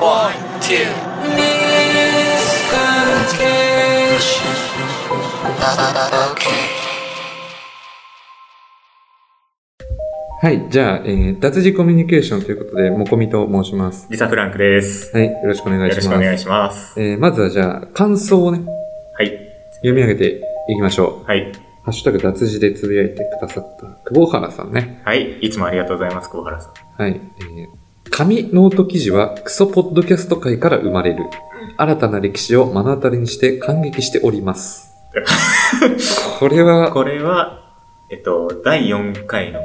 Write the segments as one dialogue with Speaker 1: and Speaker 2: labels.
Speaker 1: One, two. Uh, Okay.
Speaker 2: はい、じゃあ、えー、脱字コミュニケーションということで、もこみと申します。
Speaker 3: リサ・フランクです。
Speaker 2: はい、よろしくお願
Speaker 3: よ
Speaker 2: い
Speaker 3: ろ
Speaker 2: し
Speaker 3: しく
Speaker 2: ま
Speaker 3: お
Speaker 2: す。
Speaker 3: 願いします。
Speaker 2: えー、まずはじゃあ、感想をね、
Speaker 3: はい。
Speaker 2: 読み上げていきましょう。
Speaker 3: はい。
Speaker 2: ハッシュタグ脱字でつぶやいてくださった、久保原さんね。
Speaker 3: はい。いつもありがとうございます、小原さん。
Speaker 2: はい、えー、紙ノート記事はクソポッドキャスト界から生まれる。新たな歴史を目の当たりにして感激しており ます。これは、
Speaker 3: これは、えっと、第4回の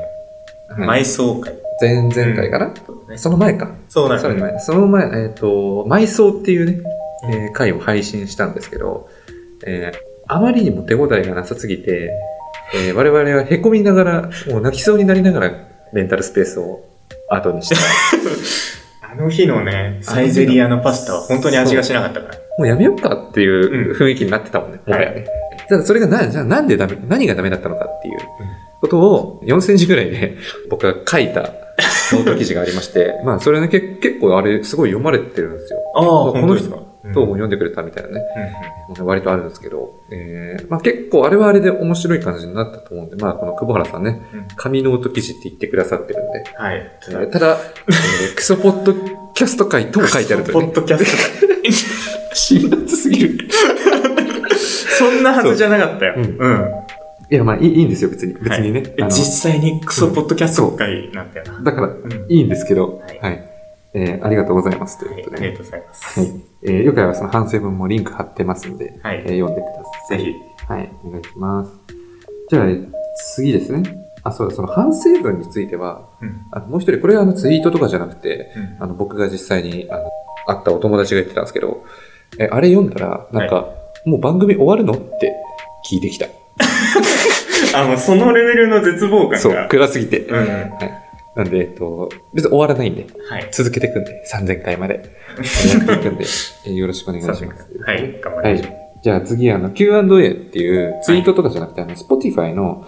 Speaker 2: はい
Speaker 3: 埋葬会、
Speaker 2: 前々回かな、
Speaker 3: ね
Speaker 2: その前か。
Speaker 3: そうなん
Speaker 2: さらに
Speaker 3: です。
Speaker 2: 前、その前、えっ、と、埋葬っていうね、えー回を配信したんですけど、えーあまりにも手応えがなさすぎて、えー我々は凹みながら、もう泣きそうになりながら、レンタルスペースを後 にして、
Speaker 3: あの日のね、サイゼリアのパスタは本当に味がしなかったから。
Speaker 2: もうやめようかっていう
Speaker 3: うん
Speaker 2: 雰囲気になってたもんね、もはやね。ただそれがな、じゃあなんでダメ、何がダメだったのかっていうことを4センチぐらいで 僕が書いたノート記事がありま して、まあそれね、け結構あれすごい読まれてるんですよ。
Speaker 3: ああ、
Speaker 2: まあ
Speaker 3: 本
Speaker 2: こ
Speaker 3: 当
Speaker 2: の
Speaker 3: です
Speaker 2: 人
Speaker 3: か。
Speaker 2: どうも
Speaker 3: うん
Speaker 2: 読んでくれたみたいなね。
Speaker 3: うん
Speaker 2: 割とあるんですけど、えーまあ、結構あれはあれで面白い感じになったと思うんで、まあ、この久保原さんね、
Speaker 3: うん
Speaker 2: 紙ノート記事って言ってくださってるんで、
Speaker 3: はい。
Speaker 2: えーただ、えークソポッドキャスト会とも書いてあると
Speaker 3: ポ
Speaker 2: いう
Speaker 3: ッ
Speaker 2: ね。
Speaker 3: ドキャスト会。
Speaker 2: 辛辣すぎる。
Speaker 3: そんなはずじゃなかったよ。。
Speaker 2: そううんいや、まあいい、いいんですよ、別に。別にね。
Speaker 3: え
Speaker 2: あの
Speaker 3: 実際にクソポッドキャスト会なんだよな。
Speaker 2: だから、
Speaker 3: うん
Speaker 2: いいんですけど、は
Speaker 3: はいい、
Speaker 2: えーありがとうございます、と
Speaker 3: はい
Speaker 2: いうこと
Speaker 3: あ
Speaker 2: で、
Speaker 3: り
Speaker 2: ね。
Speaker 3: がとうございま
Speaker 2: は
Speaker 3: す。
Speaker 2: い。えー、よくあればその反省文もリンク貼ってますんで、
Speaker 3: はい
Speaker 2: えー読んでくださ
Speaker 3: ぜ
Speaker 2: い。
Speaker 3: ひ。
Speaker 2: はい、お願いします。じゃあ、次ですね。あ、そうだ、その反省文については、
Speaker 3: うん
Speaker 2: あもう一人、これはあのツイートとかじゃなくて、
Speaker 3: うん
Speaker 2: あの僕が実際にあの会ったお友達が言ってたんですけど、え、あれ読んだら、なんか、もう番組終わるのって聞いてきた。
Speaker 3: あの、そのレベルの絶望感が。
Speaker 2: そう、暗すぎて。
Speaker 3: うん。は
Speaker 2: はい。なんで、えっと、別に終わらないんで、
Speaker 3: い。
Speaker 2: 続けていくんで、3000回まで。やっていくんで、 えよろしくお願いします。
Speaker 3: はい。頑張
Speaker 2: は
Speaker 3: りましょう。
Speaker 2: い。じゃあ次、あの、Q&A っていうツイートとかじゃなくて、あの、Spotify の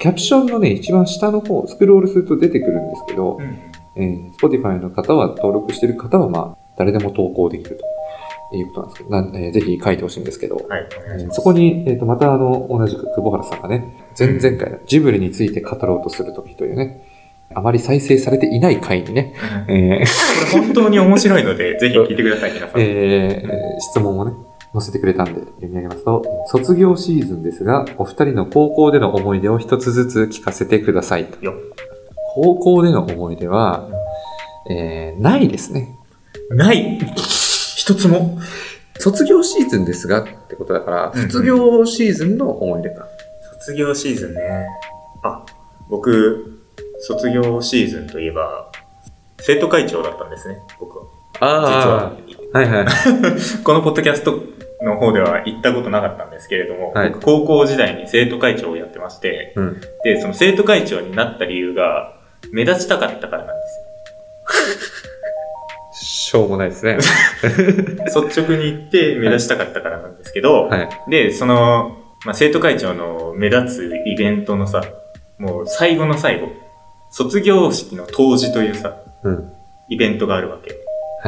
Speaker 2: キャプションのね、一番下の方、スクロールすると出てくるんですけど、
Speaker 3: うん
Speaker 2: えー Spotify の方は、登録してる方は、まあ、誰でも投稿できるということなんですけど、なんえーぜひ書いてほしいんですけど、
Speaker 3: はい。お願いし
Speaker 2: えー
Speaker 3: ます。
Speaker 2: そこに、えっ、と、またあの、同じく久保原さんがね、前々回のジブリについて語ろうとするときというね、あまり再生されていない回にね、
Speaker 3: うんこ
Speaker 2: えー
Speaker 3: れ本当に面白いので、ぜひ聞いてください、皆さん。
Speaker 2: えー質問をね、載せてくれたんで読み上げますと、卒業シーズンですが、お二人の高校での思い出を一つずつ聞かせてくださいと
Speaker 3: よ。
Speaker 2: 高校での思い出は、えーないですね。
Speaker 3: ない一つも。
Speaker 2: 卒業シーズンですがってことだから、
Speaker 3: うんうん
Speaker 2: 卒業シーズンの思い出か。
Speaker 3: 卒業シーズンね。あ、僕、卒業シーズンといえば、生徒会長だったんですね、僕は。実は
Speaker 2: あ。あ、はいはい。
Speaker 3: このポッドキャストの方では行ったことなかったんですけれども、
Speaker 2: はい
Speaker 3: 僕高校時代に生徒会長をやってまして、
Speaker 2: うん。
Speaker 3: で、その生徒会長になった理由が、目立ちたかったからなんで
Speaker 2: しょうもないですね。
Speaker 3: すよ。率直に言って目立ちたかったからなんですけど、
Speaker 2: はい。
Speaker 3: で、その、まあ、生徒会長の目立つイベントのさ、もう最後の最後、卒業式の当時というさ、
Speaker 2: うん。
Speaker 3: イベントがあるわけ。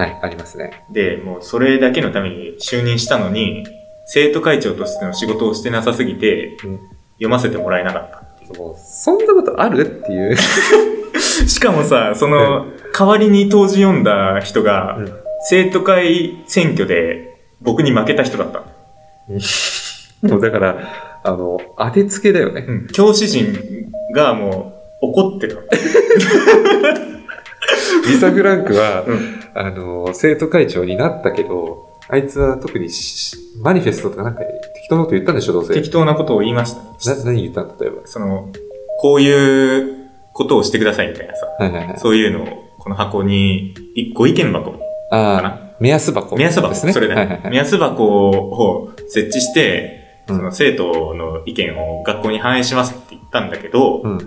Speaker 2: はい、ありますね。
Speaker 3: で、もうそれだけのために就任したのに、生徒会長としての仕事をしてなさすぎて、
Speaker 2: うん
Speaker 3: 読ませてもらえなかったっていう。
Speaker 2: そうそんなことあるっていう。
Speaker 3: しかもさ、その、代わりに当時読んだ人が、生徒会選挙で僕に負けた人だった。
Speaker 2: もうだから、あの、当てつけだよね。
Speaker 3: うん。教師陣がもう怒ってた。
Speaker 2: リサ・フランク は、
Speaker 3: うん。
Speaker 2: あの、生徒会長になったけど、あいつは特にしマニフェストとかなんか適当なこと言ったんでしょ、どうせ。
Speaker 3: 適当なことを言いました、ね。
Speaker 2: な何言ったの例えば。
Speaker 3: その、こういうことをしてくださいみたいなさ、
Speaker 2: はいはいはい。
Speaker 3: そういうのを、この箱に、いご意見箱か
Speaker 2: ああ、
Speaker 3: な。
Speaker 2: 目安箱。
Speaker 3: 目安箱
Speaker 2: ですね。
Speaker 3: それだ、ね
Speaker 2: はいはいはい
Speaker 3: 目安箱を設置して、
Speaker 2: うん
Speaker 3: その生徒の意見を学校に反映しますって言ったんだけど、
Speaker 2: うん。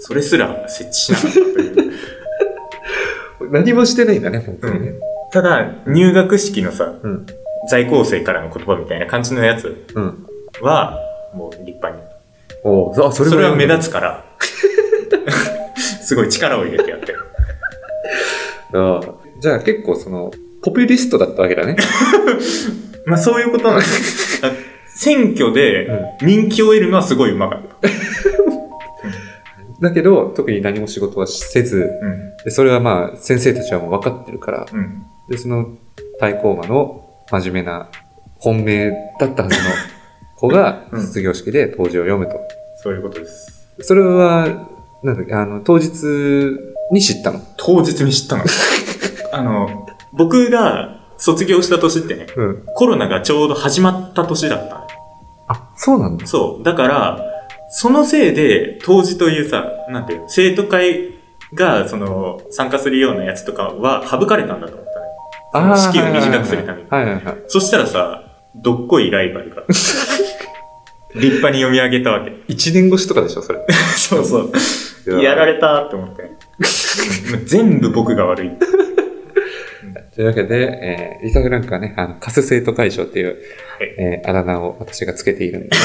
Speaker 3: それすら設置しなかったという。
Speaker 2: 何もしてないんだね、本当にね。
Speaker 3: ただ、入学式のさ、
Speaker 2: うん。
Speaker 3: 在校生からの言葉みたいな感じのやつ
Speaker 2: うん。
Speaker 3: は、もう立派に。
Speaker 2: おうそあ、そ
Speaker 3: そ
Speaker 2: れ
Speaker 3: れは目
Speaker 2: つ。
Speaker 3: 立つから、 すごい力を入れてやってる。
Speaker 2: ああじゃあ結構その、ポピュリストだったわけだね。
Speaker 3: まあそういうことなんです。あ選挙で人気を得るのはすごいうまかった。
Speaker 2: だけど、特に何も仕事はせず、
Speaker 3: うん。
Speaker 2: でそれはまあ、先生たちはもう分かってるから、
Speaker 3: うん。
Speaker 2: で、その対抗馬の真面目な本命だったはずの子が
Speaker 3: うん
Speaker 2: 卒業式で当時を読むと。
Speaker 3: そういうことです。
Speaker 2: それは、なんだっけ、あの、当日に知ったの。
Speaker 3: 当日に知ったの。 あの、僕が卒業した年ってね、
Speaker 2: うん。
Speaker 3: コロナがちょうど始まった年だったの。
Speaker 2: あ、そうなんだ。
Speaker 3: そう。だから、そのせいで、当時というさ、なんていうの、生徒会が、その、参加するようなやつとかは省かれたんだと思ったね。
Speaker 2: あー
Speaker 3: 式を短くするために
Speaker 2: はいはいはいはいはい。
Speaker 3: そしたらさ、どっこいライバ ルが。立派に読み上げたわけ。
Speaker 2: 一年越しとかでしょ、そ れ。
Speaker 3: そうそう。やら
Speaker 2: れ
Speaker 3: れたって思って。全部僕が悪い。
Speaker 2: というわけで、えー、リサフランクはね、あの、カス生徒会長っていう、
Speaker 3: はい
Speaker 2: えー、あだ名を私がつけているんで、ね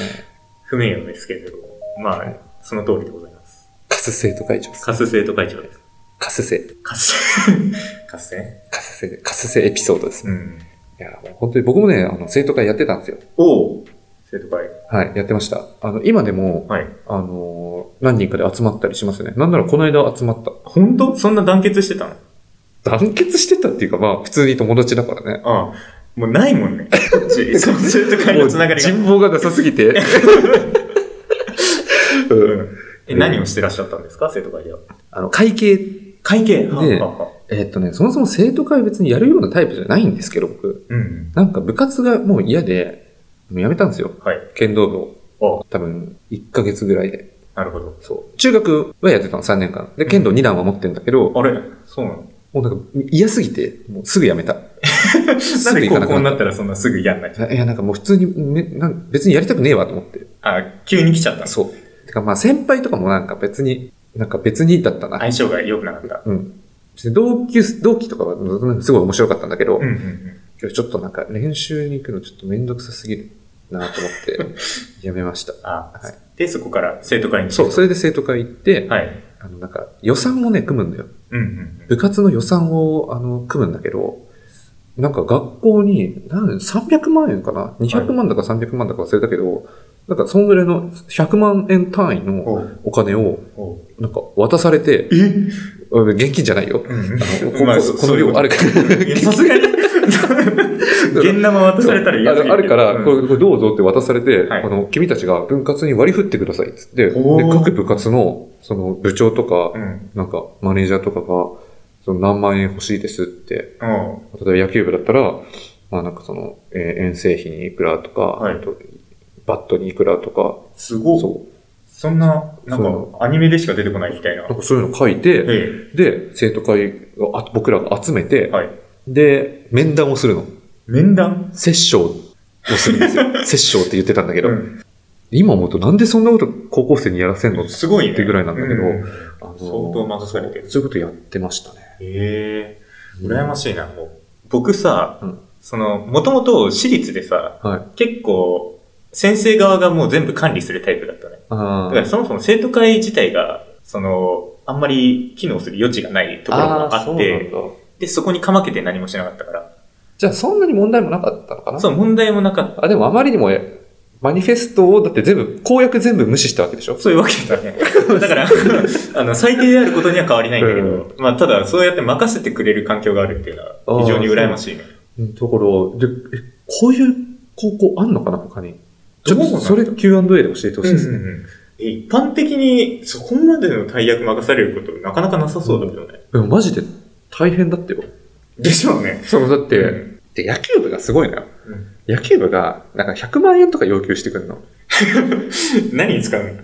Speaker 2: え
Speaker 3: 不名誉ですけれども。まあ、その通りでございます。
Speaker 2: ーカス生徒会長です。
Speaker 3: カス生徒会長です。
Speaker 2: カス生、
Speaker 3: カス。 カスね。
Speaker 2: カス生、カス生エピソードですね。
Speaker 3: うん。
Speaker 2: いや、もう本当に僕もね、あの、生徒会やってたんですよ。
Speaker 3: おう生徒会。
Speaker 2: はい、やってました。あの、今でも、
Speaker 3: はい。
Speaker 2: あのー何人かで集まったりしますね。なんならこの間集まっ
Speaker 3: 本当そんな団結してたの
Speaker 2: た。団結してたっていうか、まあ、普通に友達だからね。
Speaker 3: ああ、もうないもん ね。じそうすると会のつながりが。
Speaker 2: 人望がなさすぎて。う
Speaker 3: うんんえ、何をしてらっしゃったんですか生徒会では。
Speaker 2: あの、会計。
Speaker 3: 会計
Speaker 2: で
Speaker 3: はあはあはあ
Speaker 2: えーっとね、そもそも生徒会別にやるようなタイプじゃないんですけど、僕。
Speaker 3: うん。
Speaker 2: なんか部活がもう嫌で、もうやめたんですよ。
Speaker 3: はい。
Speaker 2: 剣道部を。
Speaker 3: あ
Speaker 2: 多分、1ヶ月ぐらいで。
Speaker 3: なるほど。
Speaker 2: そう。中学はやってたの、3年間。で、剣道2段は持ってるんだけど、
Speaker 3: あれそうなの
Speaker 2: もうなんか嫌すぎて、もうすぐやめた。
Speaker 3: な
Speaker 2: す
Speaker 3: ん
Speaker 2: ぐ
Speaker 3: で
Speaker 2: 行か
Speaker 3: 高
Speaker 2: なく
Speaker 3: 校に
Speaker 2: な
Speaker 3: な
Speaker 2: っ
Speaker 3: ったらそんなすぐ嫌になっちゃう
Speaker 2: た。いや、なんかもう普通にめなん、別にやりたくねえわと思って。
Speaker 3: あ、急に来ちゃったの
Speaker 2: そう。てかまあ先輩とかもなんか別に、なんか別にだったな。
Speaker 3: 相性が良くなかった。
Speaker 2: うん。別に同級、同期とかはなんかすごい面白かったんだけど、
Speaker 3: うんうんうん。
Speaker 2: 今日ちょっとなんか練習に行くのちょっとめんどくさすぎるなと思って、 やめました。
Speaker 3: あ
Speaker 2: は
Speaker 3: で、そこから生徒会に
Speaker 2: そう、そ
Speaker 3: れ
Speaker 2: れで生徒会行って、
Speaker 3: はい。
Speaker 2: あのなんか予算をね、組むんだよ。
Speaker 3: うんうんう
Speaker 2: 部活の予算をあの組むんだけど、なんか学校に、なん300万円かな ?200 万だか300万だか忘れたけど、なんかそんぐらいの100万円単位
Speaker 3: ん。
Speaker 2: の
Speaker 3: おう
Speaker 2: お金を
Speaker 3: おう
Speaker 2: なんか渡されて、
Speaker 3: え
Speaker 2: うん現金じゃないよ。
Speaker 3: うん
Speaker 2: あのこ
Speaker 3: まあ
Speaker 2: こ
Speaker 3: そ
Speaker 2: この
Speaker 3: そういう
Speaker 2: 量あるから
Speaker 3: いや さ すがに。現生渡されたら嫌
Speaker 2: あ
Speaker 3: すぎ
Speaker 2: のあるから、
Speaker 3: うん
Speaker 2: これこれどうぞって渡されて、
Speaker 3: はい
Speaker 2: あの君たちが分割に割り振ってくださいっつって、で
Speaker 3: おー
Speaker 2: 各部活のその部長とか、
Speaker 3: うん。
Speaker 2: なんかマネージャーとかが、その何万円欲しいですって
Speaker 3: おう
Speaker 2: 例えば野球部だったら、まあなんかその、えー遠征費にいくらとか、
Speaker 3: はい
Speaker 2: あとバットにいくらとか、
Speaker 3: すごい。
Speaker 2: そ
Speaker 3: そんな、なん
Speaker 2: そ
Speaker 3: か、アニメでしか出てこないみたいな
Speaker 2: う。な。んかそういうの書いて、
Speaker 3: え
Speaker 2: で、生徒会をあ僕らが集めて、
Speaker 3: え。はい。
Speaker 2: で、面談をするの。
Speaker 3: 面談
Speaker 2: 殺生をするん ですよ。殺生って言ってたんだけど、
Speaker 3: うん
Speaker 2: 今思うとなんでそんなこと高校生にやらせんの
Speaker 3: すごいね。
Speaker 2: ってぐらいなんだけど
Speaker 3: う
Speaker 2: あのー
Speaker 3: 相当任されてる
Speaker 2: そうそういうことやってましたね。
Speaker 3: ええ羨ましいな、もう。僕さ、
Speaker 2: うん
Speaker 3: その、もともと私立でさ、
Speaker 2: はい。
Speaker 3: 結構、先生側がもう全部管理するタイプだったね。だ
Speaker 2: あ
Speaker 3: からそもそも生徒会自体が、その、あんまり機能する余地がないところも
Speaker 2: あー、
Speaker 3: あ
Speaker 2: そ
Speaker 3: っ
Speaker 2: うなん
Speaker 3: て、
Speaker 2: だ。
Speaker 3: で、そこにかまけて何もしなかったから。
Speaker 2: じゃあそんなに問題もなかったのかな
Speaker 3: そう、問題もなかった。
Speaker 2: あ、でもあまりにも、えマニフェストを、だって全部、公約全部無視したわけでしょ
Speaker 3: そういうわけだね。 だから、あの、最低であることには変わりないんだけど、
Speaker 2: う
Speaker 3: まあ、ただ、そうやって任せてくれる環境があるっていうのは、非常に羨ましいね。
Speaker 2: うんところ、で、え、こういう高校あんのかな他に。ちょっ
Speaker 3: どうな
Speaker 2: と、
Speaker 3: んだ
Speaker 2: それ Q&A で教えてほしいです
Speaker 3: う
Speaker 2: ね。
Speaker 3: んうんうんえ一般的に、そこまでの大役任されること、なかなかなさそうだけどね。
Speaker 2: でもマジで大変だってよ。
Speaker 3: でしょうね。
Speaker 2: その、だって、
Speaker 3: うん
Speaker 2: で、野球部がすごいのよ。
Speaker 3: うん
Speaker 2: 野球部が、なんか100万円とか要求してくるの。
Speaker 3: 何に使うの
Speaker 2: い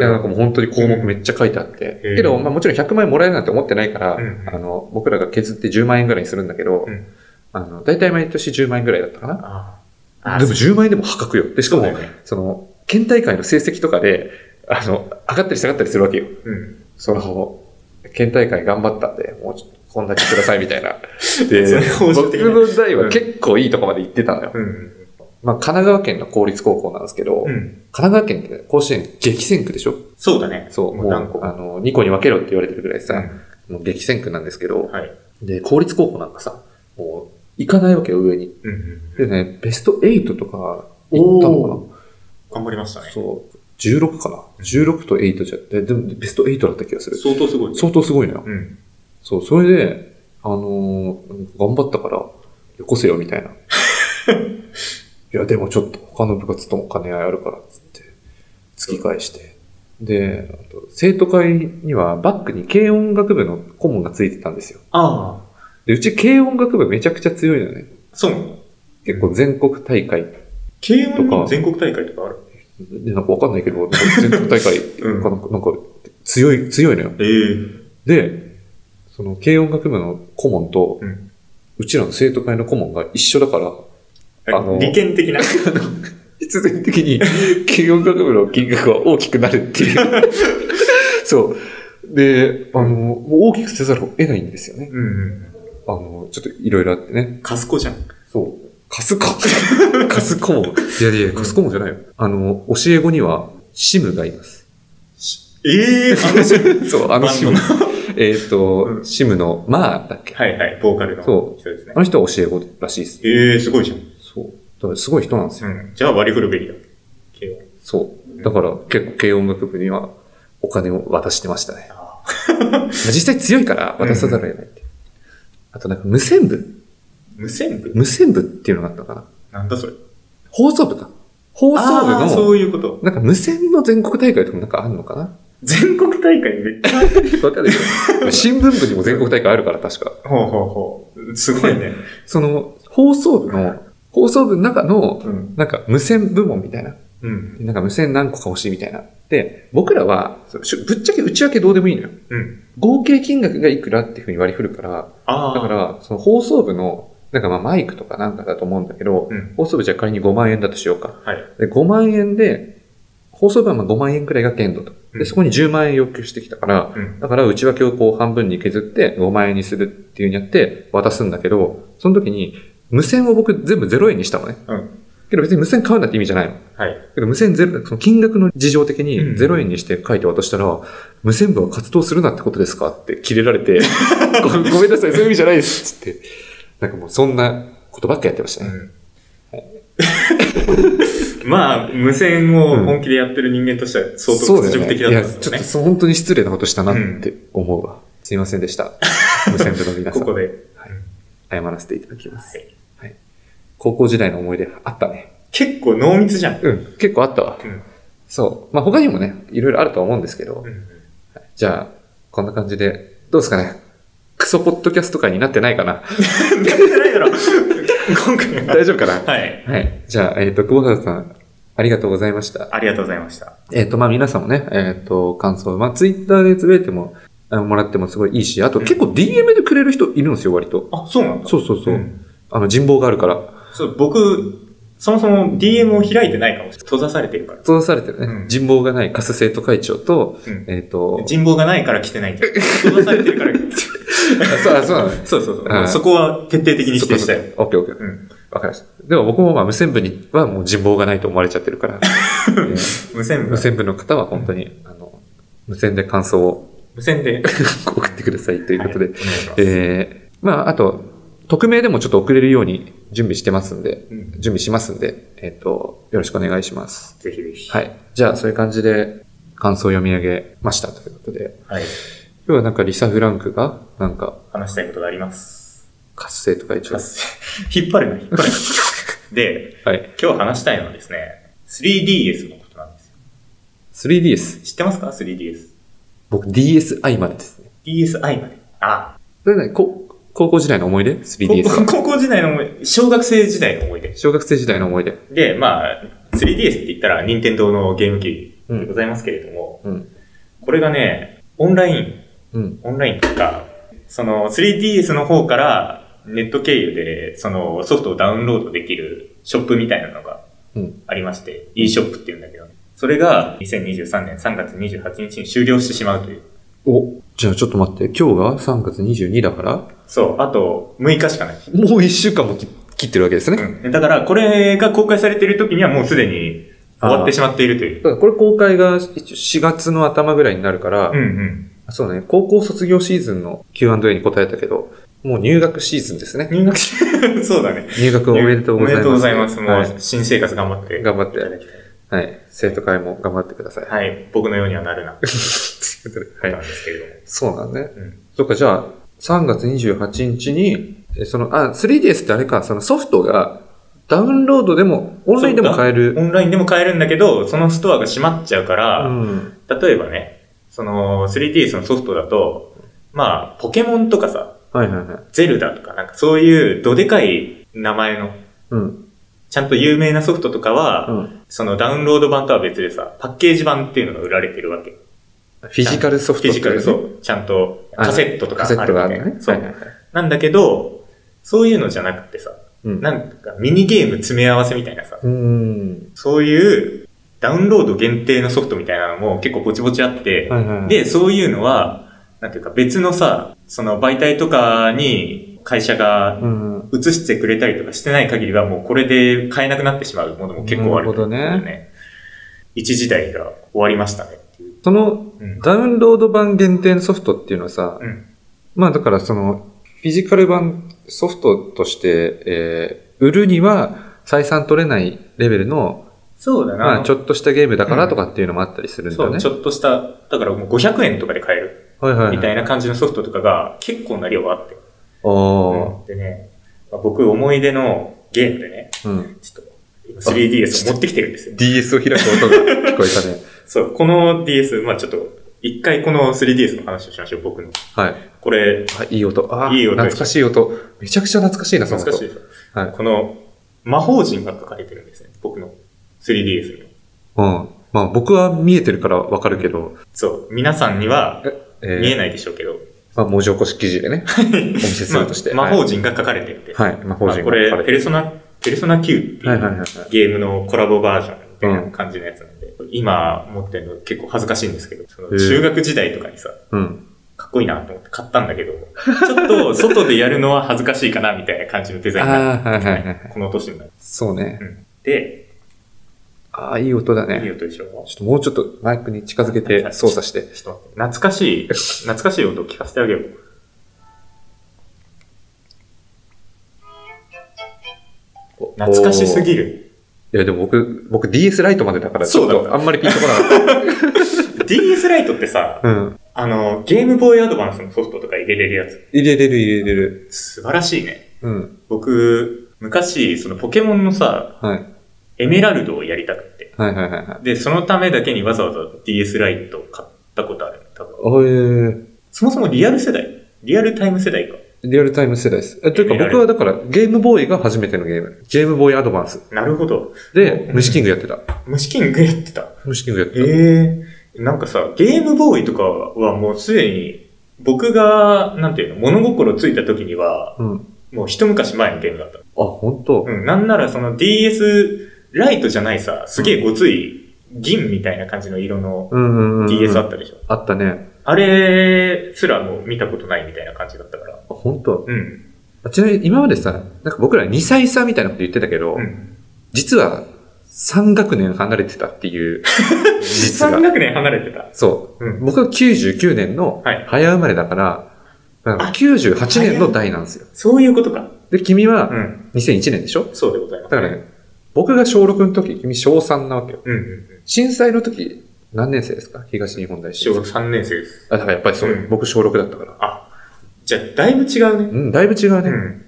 Speaker 2: や、なんかもう本当に項目めっちゃ書いてあって。
Speaker 3: うん
Speaker 2: けど、まあもちろん100万円もらえるなんて思ってないから、
Speaker 3: うん
Speaker 2: あの、僕らが削って10万円ぐらいにするんだけど、
Speaker 3: うん
Speaker 2: あの、だいたい毎年10万円ぐらいだったかな。
Speaker 3: あ
Speaker 2: でも10万円でも破格よ。で、しか
Speaker 3: そうだ
Speaker 2: も
Speaker 3: よ、ね。
Speaker 2: その、県大会の成績とかで、あの、上がったり下がったりするわけよ。
Speaker 3: うん。
Speaker 2: その、県大会頑張ったんで、もうちょっとこんだけくださいみたいな。で
Speaker 3: それ報酬
Speaker 2: 僕
Speaker 3: 的な
Speaker 2: の代は結構いいとこまで行ってたのよ。
Speaker 3: うん。
Speaker 2: まあ、神奈川県の公立高校なんですけど、
Speaker 3: うん。
Speaker 2: 神奈川県って甲子園激戦区でしょ
Speaker 3: そうだね。
Speaker 2: そう、も
Speaker 3: もう
Speaker 2: う、
Speaker 3: 何個
Speaker 2: あの、2個に分けろって言われてるぐらいさ、
Speaker 3: うん
Speaker 2: もう激戦区なんですけど、
Speaker 3: はい。
Speaker 2: で、公立高校なんかさ、こう、行かないわけよ、上に。
Speaker 3: うんう
Speaker 2: で
Speaker 3: ん。
Speaker 2: ね、ベスト8とか行ったのか
Speaker 3: 頑張りました
Speaker 2: な
Speaker 3: ね。
Speaker 2: そう。16かな ?16 と8じゃって、でもベスト8だった気がする。
Speaker 3: 相当すごい。
Speaker 2: 相当すごいのよ。
Speaker 3: うん。
Speaker 2: そう、それで、あのー頑張ったから、よこせよ、み たいな。いや、でもちょっと他の部活とも兼ね合いあるから、つって、突き返して。で、あと生徒会にはバックに軽音楽部の顧問がついてたんですよ。
Speaker 3: ああ、
Speaker 2: で、うち軽音楽部めちゃくちゃ強いのね。
Speaker 3: そうなの
Speaker 2: 結構全国大会、
Speaker 3: 慶応に
Speaker 2: とか
Speaker 3: も全国大会とかある
Speaker 2: でなんかわかんないけど、なんか全国大会
Speaker 3: うん
Speaker 2: かなんか、なんか強い、強いのよ。
Speaker 3: ええ
Speaker 2: で、その軽音楽部の顧問と、
Speaker 3: うん
Speaker 2: うちらの生徒会の顧問が一緒だから、あの
Speaker 3: 利権的な。
Speaker 2: 必然的 に軽音楽部の金額は大きくなるっていう。 そう。で、あの、もう大きくせざるを得ないんですよね。
Speaker 3: うんうん。
Speaker 2: あの、ちょっといろいろあってね。
Speaker 3: カスコじゃん。
Speaker 2: そう。カスコ カスコも。いやいや、カスコもじゃないよ。あの、教え子には、シムがい ます。
Speaker 3: ええあの人
Speaker 2: そう、あのシム
Speaker 3: バ。
Speaker 2: えっと、
Speaker 3: うん
Speaker 2: シムの、まあ、だっけ。
Speaker 3: はいはい、ボーカルの
Speaker 2: そ
Speaker 3: 人ですね
Speaker 2: あ。の人は教え子らしいです。
Speaker 3: ええすごいじゃん。
Speaker 2: そう。だからすごい人なんですよ。
Speaker 3: うん。じゃあ割り振るべきだ。慶応。
Speaker 2: そう。だから、結構軽音楽部には、お金を渡してましたね。
Speaker 3: あ
Speaker 2: まあ 実際強いから渡さざるを得ないっていう。あとなんか無線部
Speaker 3: 無線部
Speaker 2: 無線部っていうのがあったのかな
Speaker 3: なんだそれ。
Speaker 2: 放送部か。放送部
Speaker 3: あー
Speaker 2: の、
Speaker 3: そういうこと。
Speaker 2: なんか無線の全国大会とかもなんかあるのかな
Speaker 3: 全国大会めっちゃ。
Speaker 2: わかるけど 新聞部にも全国大会あるから確か。
Speaker 3: ほうほうほう。すごいね。
Speaker 2: その、放送部の、放送部の中の、
Speaker 3: うん。
Speaker 2: なんか無線部門みたいな。
Speaker 3: うん。
Speaker 2: なんか無線何個か欲しいみたいな。で、僕らは、そのしゅぶっちゃけ内訳どうでもいいのよ。
Speaker 3: うん。
Speaker 2: 合計金額がいくらっていうふうに割り振るから、
Speaker 3: ああ。
Speaker 2: だか、ら、その放送部の、なんかまあマイクとかなんかだと思うんだけど、
Speaker 3: うん。
Speaker 2: 放送部じゃあ仮に5万円だとしようか。
Speaker 3: はい。
Speaker 2: で、5万円で、放送部はまあ5万円くらいが限度と。
Speaker 3: う
Speaker 2: で、
Speaker 3: ん
Speaker 2: そこに10万円要求してきたから、
Speaker 3: うん。
Speaker 2: だから内訳をこう半分に削って5万円にするっていうふうにやって渡すんだけど、その時に無線を僕全部0円にしたのね。
Speaker 3: うん。
Speaker 2: けど別に無線買うなんて意味じゃないの。
Speaker 3: はい。
Speaker 2: けど無線ゼロ、その金額の事情的に
Speaker 3: うん
Speaker 2: 0円にして書いて渡したら、無線部は活動するなってことですかってキレられて、 ごごめんなさい、そういう意味じゃないですっつって。なんかもうそんなことばっかやってましたね。
Speaker 3: うん。 まあ、無線を本気でやってる人間としては相当屈辱的だったんです
Speaker 2: ち
Speaker 3: よ
Speaker 2: ょっ
Speaker 3: ね
Speaker 2: と。そう本当に失礼なことしたなって思うわ。すいませんで した。無線部の皆さ
Speaker 3: こ
Speaker 2: ん。
Speaker 3: こで。
Speaker 2: 謝らせていただきます。
Speaker 3: はい
Speaker 2: 高校時代の思い出あったね。
Speaker 3: 結構濃密じゃん。
Speaker 2: うん、結構あったわ。
Speaker 3: うん。
Speaker 2: そう。まあ他にもね、いろいろあるとは思うんですけど
Speaker 3: う、ん。
Speaker 2: じゃあ、こんな感じで、どうですかね。クソポッドキャスト会になってないかな
Speaker 3: やってないだろ。今回は。
Speaker 2: 大丈夫かな
Speaker 3: はい。
Speaker 2: はい。じゃあ、えっ、と、久保田さん、ありがとうございました。
Speaker 3: ありがとうございました。
Speaker 2: えっ、と、まあ、皆さんもね、えっ、と、感想、まあ、ツイッターでつぶやいても、あのもらってもすごいいいし、あと
Speaker 3: うん
Speaker 2: 結構 DM でくれる人いるんですよ、割と。
Speaker 3: あ、そうなんだ。
Speaker 2: そうそうそう。
Speaker 3: ん
Speaker 2: あの、人望があるから。
Speaker 3: そう、僕、そもそも DM を開いてないかもしれない。閉ざされてるから。
Speaker 2: 閉ざされてるね。
Speaker 3: うん
Speaker 2: 人望がないカス生徒会長と、
Speaker 3: うん。
Speaker 2: えっ、と、
Speaker 3: 人望がないから来てないんじゃん。閉ざされてるから来てない。
Speaker 2: あそうあそうなのね。
Speaker 3: そうそうそう。
Speaker 2: うん
Speaker 3: そこは徹底的に否定したよ。
Speaker 2: そっかそっかオッケーオッケー。
Speaker 3: うん。
Speaker 2: わかりました。でも僕もまあ、無線部にはもう人望がないと思われちゃってる から。えー
Speaker 3: 無線部。
Speaker 2: 無線部の方は本当に、あの、無線で感想を
Speaker 3: 無線で。
Speaker 2: 送ってくださいということで。
Speaker 3: はいお願いします
Speaker 2: えー、まあ、あと、匿名でもちょっと送れるように準備してますんで、
Speaker 3: うん
Speaker 2: 準備しますんで、えっ、と、よろしくお願いします。
Speaker 3: ぜひぜひ。
Speaker 2: はい。じゃあ、そういう感じで感想を読み上げましたということで、
Speaker 3: は
Speaker 2: 今
Speaker 3: い。
Speaker 2: 日はなんかリサ・フランクが、なんか、
Speaker 3: 話したいことがあります。
Speaker 2: 活性とか一応、
Speaker 3: 引っ張るな、引っ張るな。で、
Speaker 2: はい。
Speaker 3: 今日話したいのはですね、3DS のことなんですよ。
Speaker 2: 3DS。
Speaker 3: 知ってますか ?3DS。
Speaker 2: 僕、DSi までですね。
Speaker 3: DSi まで。あ、
Speaker 2: それね、こ高校時代の思い出
Speaker 3: 高
Speaker 2: ?3DS
Speaker 3: 校
Speaker 2: は。
Speaker 3: 高校時代の思い、小学生時代の思い出。
Speaker 2: 小学生時代の思い出。
Speaker 3: で、まあ、3DS って言ったら、任天堂のゲーム機
Speaker 2: う
Speaker 3: でご
Speaker 2: ん。
Speaker 3: ざいますけれども、
Speaker 2: うん。
Speaker 3: これがね、オンライン、
Speaker 2: うん。
Speaker 3: オンラインとか、その 3DS の方からネット経由でそのソフトをダウンロードできるショップみたいなのが
Speaker 2: うん。
Speaker 3: ありまして、e ショップっていうんだけど、それが2023年3月28日に終了してしまうという。
Speaker 2: お、じゃあちょっと待って、今日が3月22だから、
Speaker 3: そう、あと6日しかない。
Speaker 2: もう1週間もき切ってるわけですね。
Speaker 3: うん。だからこれが公開されている時にはもうすでに終わってしまっているという。
Speaker 2: ただこれ公開が4月の頭ぐらいになるから、
Speaker 3: うんうん。
Speaker 2: そうね、高校卒業シーズンの Q&A に答えたけど、もう入学シーズンですね。
Speaker 3: 入学し、 そうだね。
Speaker 2: 入学おめでとうございます。
Speaker 3: おめでとうございます。もう、
Speaker 2: はい
Speaker 3: 新生活頑張って。
Speaker 2: 頑張って
Speaker 3: いただきたい。
Speaker 2: はい。生徒会も頑張ってくだ さい。
Speaker 3: はい。僕のようにはなるな。
Speaker 2: ということで
Speaker 3: な
Speaker 2: は
Speaker 3: ん
Speaker 2: い。
Speaker 3: ですけれども。
Speaker 2: そうなんね。
Speaker 3: うん。
Speaker 2: そっか、じゃあ、3月28日に、えその、あ、3DS ってあれか、そのソフトが、ダウンロードでも、オンラインでも買え
Speaker 3: オ
Speaker 2: る。
Speaker 3: ンラインでも買えるんだけど、そのストアが閉まっちゃうか
Speaker 2: う
Speaker 3: ら、
Speaker 2: ん。
Speaker 3: 例えばね、その 3DS のソフトだと、まあ、ポケモンとかさ、
Speaker 2: はいはいはい。
Speaker 3: ゼルダとか、なんかそういうどでかい名前の、
Speaker 2: うん。
Speaker 3: ちゃんと有名なソフトとかは、
Speaker 2: うん。
Speaker 3: そのダウンロード版とは別でさ、パッケージ版っていうのが売られてるわけ。
Speaker 2: フィジカルソフ
Speaker 3: フ
Speaker 2: ト
Speaker 3: ィ
Speaker 2: って
Speaker 3: ジ
Speaker 2: い
Speaker 3: カル、そう
Speaker 2: ね。
Speaker 3: う。ちゃんと
Speaker 2: あの
Speaker 3: カセットとか
Speaker 2: カセットがある
Speaker 3: わ
Speaker 2: の
Speaker 3: け
Speaker 2: ね。
Speaker 3: そ。
Speaker 2: はいはいうはい
Speaker 3: なんだけど、そういうのじゃなくてさ、
Speaker 2: うん。
Speaker 3: なんかミニゲーム詰め合わせみたいなさ、
Speaker 2: うん。
Speaker 3: そういうダウンロード限定のソフトみたいなのも結構ぼちぼちあって、
Speaker 2: はいはいはい
Speaker 3: で、そういうのは、なんていうか別のさ、その媒体とかに会社が
Speaker 2: うん。
Speaker 3: 移してくれたりとかしてない限りはもうこれで買えなくなってしまうものも結構あるんだよ
Speaker 2: なるほど
Speaker 3: 一時代が終わりましたねっていう。
Speaker 2: その、
Speaker 3: うん。
Speaker 2: ダウンロード版限定のソフトっていうのはさ、
Speaker 3: うん
Speaker 2: まあだからその、フィジカル版ソフトとして、えー売るには採算取れないレベルの、
Speaker 3: そうだな。
Speaker 2: まあち
Speaker 3: ょっ
Speaker 2: ょっとしたゲームだからとかっていうのもあったりするんだ
Speaker 3: そ
Speaker 2: よね。
Speaker 3: う、ちょっとした、だからもう500円とかで買える
Speaker 2: はいはいはい。
Speaker 3: みたいな感じのソフトとかが結構な量あって。
Speaker 2: おー。
Speaker 3: でね、まあ僕思い出のゲームでね、
Speaker 2: うん。
Speaker 3: ちょっと今 3DS を持ってきてるんですよ。
Speaker 2: DS を開く音が聞こえたね。
Speaker 3: そう、この DS、まあちょっと、一回この 3DS の話をしましょう、僕の。
Speaker 2: はい。
Speaker 3: これ、
Speaker 2: あ、いい音。あー
Speaker 3: いい音
Speaker 2: 懐かしい音。めちゃくちゃ懐かしいな、その音。
Speaker 3: 懐かしいでしょ。
Speaker 2: はい。
Speaker 3: この、魔法陣が書かれてるんですね、僕の 3DS には。
Speaker 2: うん。まあ僕は見えてるからわかるけど、
Speaker 3: そう、皆さんには
Speaker 2: え
Speaker 3: 見え
Speaker 2: い。
Speaker 3: ないでしょうけど、
Speaker 2: まあ文字起こし記事で ね、お見せするとして。
Speaker 3: まあ魔
Speaker 2: はい
Speaker 3: 法陣が書かれてるんで。
Speaker 2: はい、魔法
Speaker 3: まあ
Speaker 2: 陣
Speaker 3: こ
Speaker 2: が書かれ
Speaker 3: れ、ペ
Speaker 2: てる
Speaker 3: ルソナ、ペルソナ9っていう、
Speaker 2: はいはいはいはい。
Speaker 3: ゲームのコラボバージョンみたいな感じのやつなんで、今持ってるの結構恥ずかしいんですけど、その
Speaker 2: へえ
Speaker 3: 中学時代とかにさ、
Speaker 2: うん。
Speaker 3: かっこいいなと思って買ったんだけど、ちょっと外でやるのは恥ずかしいかなみたいな感じのデ
Speaker 2: あ
Speaker 3: ザインになっ
Speaker 2: あー、はい
Speaker 3: て
Speaker 2: はいはいはい。
Speaker 3: この年になって。
Speaker 2: そうね。
Speaker 3: うんで、
Speaker 2: ああ、いい音だ
Speaker 3: いい
Speaker 2: ね。
Speaker 3: 音でしょ
Speaker 2: ちょっともうちょっとマイクに近づけて操作して。
Speaker 3: ちょっと待って、懐かしい、懐かしい音を聞かせてあげよう。懐かしすぎ
Speaker 2: る。
Speaker 3: る。
Speaker 2: いや、でも僕、僕 DS ライトまでだから、ちょ
Speaker 3: そう
Speaker 2: っ
Speaker 3: だ
Speaker 2: とあんまりピンとこなかっ
Speaker 3: DS ライトってさ、
Speaker 2: た。うん。
Speaker 3: あの、ゲームボーイアドバンスのソフトとか入れれるやつ。
Speaker 2: 入れれる入れれる。
Speaker 3: 素晴らしいね。
Speaker 2: うん。
Speaker 3: 僕、昔、そのポケモンのさ、
Speaker 2: はい。
Speaker 3: エメラルドをやりたくて。
Speaker 2: はいはいはいはい。
Speaker 3: で、そのためだけにわざわざ DS ライトを買ったことある。多分
Speaker 2: おえ
Speaker 3: そもそもリアル世代リアルタイム世代か。
Speaker 2: リアルタイム世代です。え、というか
Speaker 3: リアル
Speaker 2: 僕はだからゲームボーイが初めてのゲーム。ゲームボーイアドバンス。
Speaker 3: なるほど。
Speaker 2: で、
Speaker 3: うん
Speaker 2: 虫キングやってた。
Speaker 3: 虫キングやってた。
Speaker 2: 虫キングやってた。
Speaker 3: へえ。なんかさ、ゲームボーイとかはもうすでに、僕が、なんていうの、物心ついた時には、
Speaker 2: うん。
Speaker 3: もう一昔前のゲームだった。
Speaker 2: あ、本当。
Speaker 3: うん、なんならその DS ライトじゃないさ、すげえごつい銀みたいな感じの色の
Speaker 2: うんうんうんうん。
Speaker 3: DS あったでしょ。
Speaker 2: あったね。
Speaker 3: あれすらもう見たことないみたいな感じだったから。
Speaker 2: あ本当。
Speaker 3: うん。
Speaker 2: あちなみに今までさ、なんか僕ら2歳差みたいなこと言ってたけど、
Speaker 3: うん。
Speaker 2: 実は3学年離れてたっていう 事実が。
Speaker 3: 3学年離れてた。
Speaker 2: そうう。
Speaker 3: ん。
Speaker 2: 僕は99年の
Speaker 3: はい
Speaker 2: 早生まれだから、だから98年の代なんですよ。
Speaker 3: そういうことか。
Speaker 2: で、君
Speaker 3: う
Speaker 2: は
Speaker 3: ん。
Speaker 2: 2001年でしょ
Speaker 3: そうでございま
Speaker 2: だ
Speaker 3: す、
Speaker 2: からね、僕が小6の時、君小3なわけよ。
Speaker 3: うんうんうん。
Speaker 2: 震災の時、何年生ですか東日本大震
Speaker 3: 小
Speaker 2: 災。
Speaker 3: 学3年生です。
Speaker 2: あ、だからやっぱりそう、
Speaker 3: うん
Speaker 2: 僕小6だったから。
Speaker 3: あ、じゃあだいぶ違うね。
Speaker 2: うん、だいぶ違うね。
Speaker 3: ん。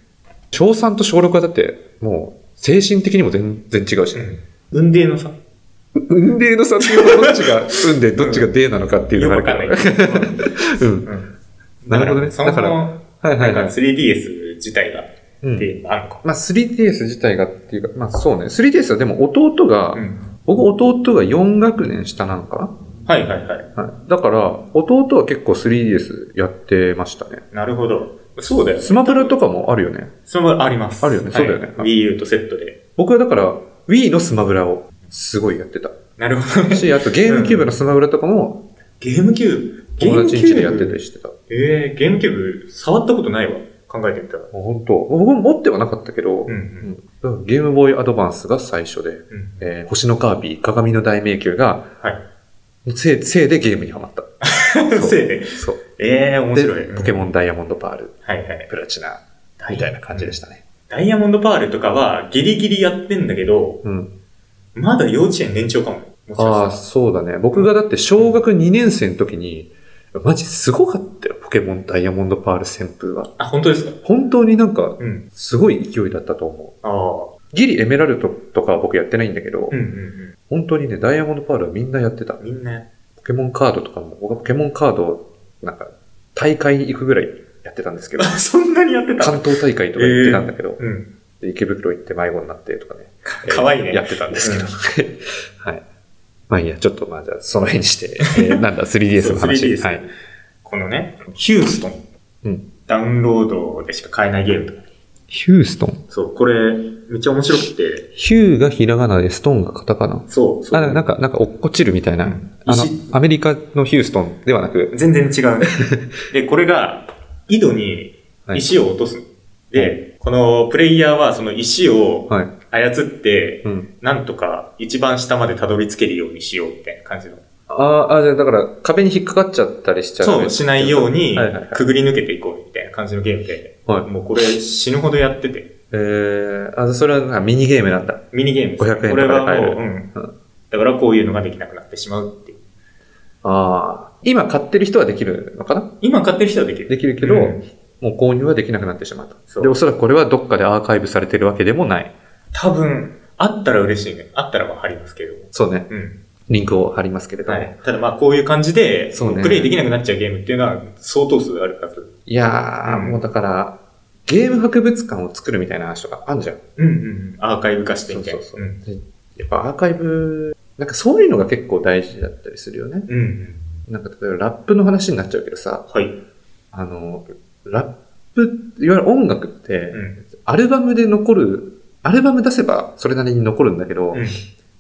Speaker 2: 小3と小6はだって、もう、精神的にも全然違うし
Speaker 3: う
Speaker 2: ね。
Speaker 3: ん。運命の差。よ
Speaker 2: 運命の差っていうのはどっちが運で、どっちがデーなのかっていうの
Speaker 3: く
Speaker 2: があ
Speaker 3: わ
Speaker 2: るか
Speaker 3: かんな
Speaker 2: ら。
Speaker 3: いけど。
Speaker 2: うん。
Speaker 3: うん。
Speaker 2: なるほどね
Speaker 3: だからそ
Speaker 2: だから
Speaker 3: も
Speaker 2: はい
Speaker 3: そも、
Speaker 2: は
Speaker 3: ないん
Speaker 2: は
Speaker 3: か
Speaker 2: い。
Speaker 3: 3DS 自体がっ
Speaker 2: うん
Speaker 3: ていうのがあるのか。
Speaker 2: まあ 3DS 自体がっていうか、まあそうね。3DS はでも弟が、
Speaker 3: うん。
Speaker 2: 僕弟が4学年下なのか
Speaker 3: はいはいはい。
Speaker 2: な、はい、だから、弟は結構 3DS やってましたね。
Speaker 3: なるほど。そうだよね。
Speaker 2: スマブラとかもあるよね。
Speaker 3: そのあります。
Speaker 2: あるよねそうだよね
Speaker 3: はい Wii U とセットで。
Speaker 2: 僕はだから、Wii のスマブラをすごいやってた。
Speaker 3: な るほど。
Speaker 2: し、あとゲームキューブのスマブラとかも
Speaker 3: ゲームキューブ
Speaker 2: 友達ん家でやってたり
Speaker 3: し。
Speaker 2: してた。あ、
Speaker 3: ええー、ゲームキューブ触ったことないわ。考えてみたら。
Speaker 2: 本当。僕も持ってはなかったけど、
Speaker 3: う
Speaker 2: う
Speaker 3: んう。
Speaker 2: んんだからゲームボーイアドバンスが最初で、
Speaker 3: うん。
Speaker 2: えー星のカービィ、鏡の大迷宮が、
Speaker 3: はい。
Speaker 2: せい、せいでゲームにはまった。そう
Speaker 3: せいで。
Speaker 2: そう。
Speaker 3: ええ面白い。
Speaker 2: で、ポケモンダイヤモンドパール、
Speaker 3: はいはい。
Speaker 2: プラチナ、みたいな感じでしたね。
Speaker 3: ダイヤモンドパールとかはギリギリやってんだけど、
Speaker 2: うん。
Speaker 3: まだ幼稚園年長かも。もし
Speaker 2: ああ、
Speaker 3: かし
Speaker 2: そうだね。僕がだって小学2年生の時に、マジすごかったよ、ポケモンダイヤモンドパール旋風は。
Speaker 3: たらあ、本当ですか
Speaker 2: 本当になんか、
Speaker 3: うん。
Speaker 2: すごい勢いだったと思
Speaker 3: ああ。
Speaker 2: う。ギリエメラルドとかは僕やってないんだけど、
Speaker 3: うんうん
Speaker 2: 本当にね、ダイヤモンドパールはみんなやってた
Speaker 3: うん。。みんな、
Speaker 2: ポケモンカードとかも、僕はポケモンカードを、なんか、大会に行くぐらいやってたんですけど
Speaker 3: あ、、そんなにやってた
Speaker 2: 関東大会とか行ってたんだけど、
Speaker 3: うん。
Speaker 2: で池袋行って迷子になってと かね、
Speaker 3: かわいいね。
Speaker 2: やってたんですけど、 はい。まあいいや、ちょっとまあじゃあその辺に して、えーなんだ、3DS の
Speaker 3: そう
Speaker 2: 話。
Speaker 3: 3DS
Speaker 2: はい。
Speaker 3: このね、ヒューストン。
Speaker 2: うん。
Speaker 3: ダウンロードでしか買えないゲームとか。
Speaker 2: ヒューストン。
Speaker 3: そう、これ、めっちゃ面白くて。
Speaker 2: ヒューがひらがなで、ストーンがカタカナ。
Speaker 3: そう、そう。
Speaker 2: あ、なんか、なんか落っこちるみたいな。
Speaker 3: うん
Speaker 2: あの
Speaker 3: 石、
Speaker 2: アメリカのヒューストンではなく、
Speaker 3: 全然違 うね。で、これが、井戸に
Speaker 2: はい
Speaker 3: 石を落とすの。で、このプレイヤーはその石を
Speaker 2: はい。
Speaker 3: 操って、
Speaker 2: うん。
Speaker 3: なんとか一番下までたどり着けるようにしようみたいな感じの。
Speaker 2: あーあー、じゃあだから壁に引っかかっちゃったりしちゃう。
Speaker 3: そう、しないように
Speaker 2: はいはいはい、
Speaker 3: くぐり抜けていこうみたいな感じのゲームで、
Speaker 2: はい
Speaker 3: もうこれ死ぬほどやってて、
Speaker 2: えー、あ、それはなんかミニゲームなんだ。
Speaker 3: ミニゲームです
Speaker 2: 500円とかで
Speaker 3: これは
Speaker 2: 買え
Speaker 3: も
Speaker 2: る
Speaker 3: う、うん
Speaker 2: うん。
Speaker 3: だからこういうのができなくなってしまうっていう。
Speaker 2: ああ。今買ってる人はできるのかな
Speaker 3: 今買ってる人はできる。
Speaker 2: できるけど、
Speaker 3: うん
Speaker 2: もう購入はできなくなってしまう
Speaker 3: そ
Speaker 2: と。
Speaker 3: う
Speaker 2: で、おそらくこれはどっかでアーカイブされてるわけでもない。
Speaker 3: 多分、あったら嬉しいね。あったらは貼りますけど。
Speaker 2: そうね。
Speaker 3: うん。
Speaker 2: リンクを貼りますけれども。、
Speaker 3: はいい。ただまあこういう感じで、
Speaker 2: そうね
Speaker 3: プレイできなくなっちゃうゲームっていうのは相当数あるはず。
Speaker 2: やー、
Speaker 3: うん
Speaker 2: もうだから、ゲーム博物館を作るみたいな話とかあんじゃん。
Speaker 3: うんうんうん。アーカイブ化してみたいな。
Speaker 2: そうそうそう
Speaker 3: うん
Speaker 2: でやっぱアーカイブ、なんかそういうのが結構大事だったりするよね。
Speaker 3: うんうん。
Speaker 2: なんか例えばラップの話になっちゃうけどさ、
Speaker 3: はい。
Speaker 2: あの、ラップ、いわゆる音楽って、
Speaker 3: うん。
Speaker 2: アルバムで残る、アルバム出せばそれなりに残るんだけど、
Speaker 3: うん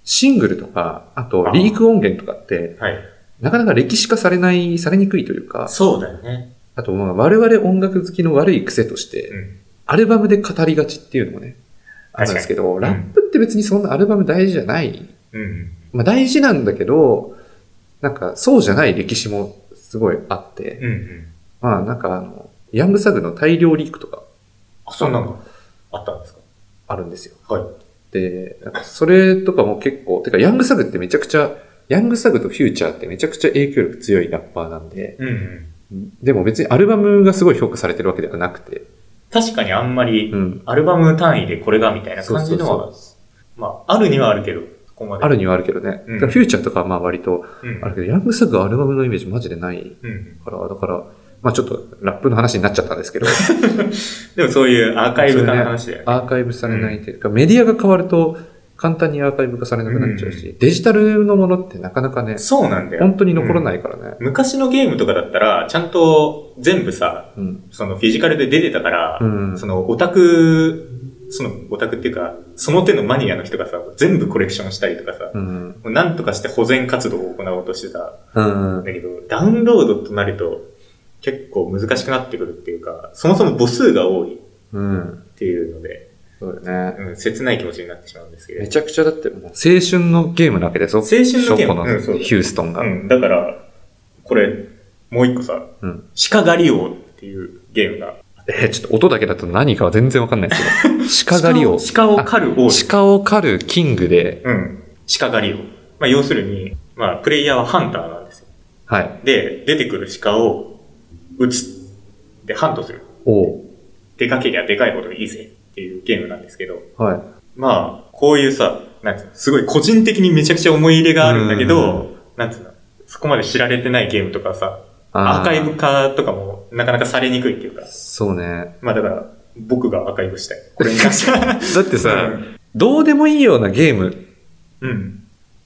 Speaker 2: シングルとか、あと
Speaker 3: あ
Speaker 2: リーク音源とかって、
Speaker 3: はい。
Speaker 2: なかなか歴史化されない、されにくいというか、
Speaker 3: そうだよね。
Speaker 2: あとまあ我々音楽好きの悪い癖として、
Speaker 3: うん。
Speaker 2: アルバムで語りがちっていうのもね、あ
Speaker 3: 確かに
Speaker 2: るんですけど、
Speaker 3: ん
Speaker 2: ラップって別にそんなアルバム大事じゃない。
Speaker 3: うん。
Speaker 2: まあ大事なんだけど、なんかそうじゃない歴史もすごいあって、
Speaker 3: うんうん。
Speaker 2: まあなんかあの、ヤングサグの大量リークとか
Speaker 3: あ、そんなのあったんですか
Speaker 2: あるんですよ。
Speaker 3: はい。
Speaker 2: で、なんかそれとかも結構、てかヤングサグってめちゃくちゃ、ヤングサグとフューチャーってめちゃくちゃ影響力強いラッパーなんで、
Speaker 3: うんうん。
Speaker 2: でも別にアルバムがすごい評価されてるわけではなくて、
Speaker 3: 確かにあんまり
Speaker 2: う、ん。
Speaker 3: アルバム単位でこれがみたいな感じの
Speaker 2: そう
Speaker 3: は、まあ、あるにはあるけど、そこまで。
Speaker 2: あるにはあるけどね。
Speaker 3: うん
Speaker 2: だからフューチャーとかはまあ割と
Speaker 3: うん。
Speaker 2: あるけど、ヤングサグはアルバムのイメージマジでない
Speaker 3: うん。
Speaker 2: から、だから、まあちょっとラップの話になっちゃったんですけ ど、
Speaker 3: でもそういうアーカイブ化の話だよね。
Speaker 2: アーカイブされないというか、メディアが変わると簡単にアーカイブ化されなくなっちゃうし、デジタルのものってなかなかね、
Speaker 3: そうなんだよ。。
Speaker 2: 本当に残らないいからね。
Speaker 3: 昔のゲームとかだったら、ちゃんと全部さ、
Speaker 2: うん。
Speaker 3: そのフィジカルで出てたから、
Speaker 2: うん
Speaker 3: そのオタク、そのオタクっていうか、その手のマニアの人がさ、全部コレクションしたりとかさ、
Speaker 2: うん。
Speaker 3: もうなんとかして保全活動を行おうとしてた
Speaker 2: うん
Speaker 3: だけど、ダウンロードとなると結構難しくなってくるっていうか、そもそも母数が多いっ
Speaker 2: うん。
Speaker 3: ていうので、
Speaker 2: そうだね。
Speaker 3: うん、切ない気持ちになってしまうんですけ
Speaker 2: め
Speaker 3: ど。
Speaker 2: ちゃくちゃだってもう青春のゲームなわけでしょ
Speaker 3: 青春のゲーム
Speaker 2: 初
Speaker 3: うん
Speaker 2: 歩
Speaker 3: そう
Speaker 2: のヒューストンが。
Speaker 3: うん、だから、これ、もう一個さ、
Speaker 2: うん
Speaker 3: 鹿狩り王っていうゲームが、
Speaker 2: えーちょっと音だけだと何かは全然わかんないですけ ど。鹿狩りを。
Speaker 3: 鹿を狩る王。
Speaker 2: 鹿を狩るキングで、
Speaker 3: うん、鹿狩り王。まあ、要するに、まあ、プレイヤーはハンターなんですよ。
Speaker 2: はい。
Speaker 3: で、出てくる鹿を撃つ。で、ハントする。
Speaker 2: おう
Speaker 3: でかけりゃでかいほどいいぜっていうゲームなんですけど、
Speaker 2: はい。
Speaker 3: まあ、こういうさ、なんつうの、すごい個人的にめちゃくちゃ思い入れがあるんだけ
Speaker 2: う
Speaker 3: ど、なんつうの、そこまで知られてないゲームとかさ、
Speaker 2: あ
Speaker 3: アーカイブ。化とかもなかなかされにくいっていうか、
Speaker 2: そうね。
Speaker 3: まあだから、僕がアーカイブしたい。これに関して は。
Speaker 2: だってさ、
Speaker 3: うん
Speaker 2: どうでもいいようなゲーム
Speaker 3: うん。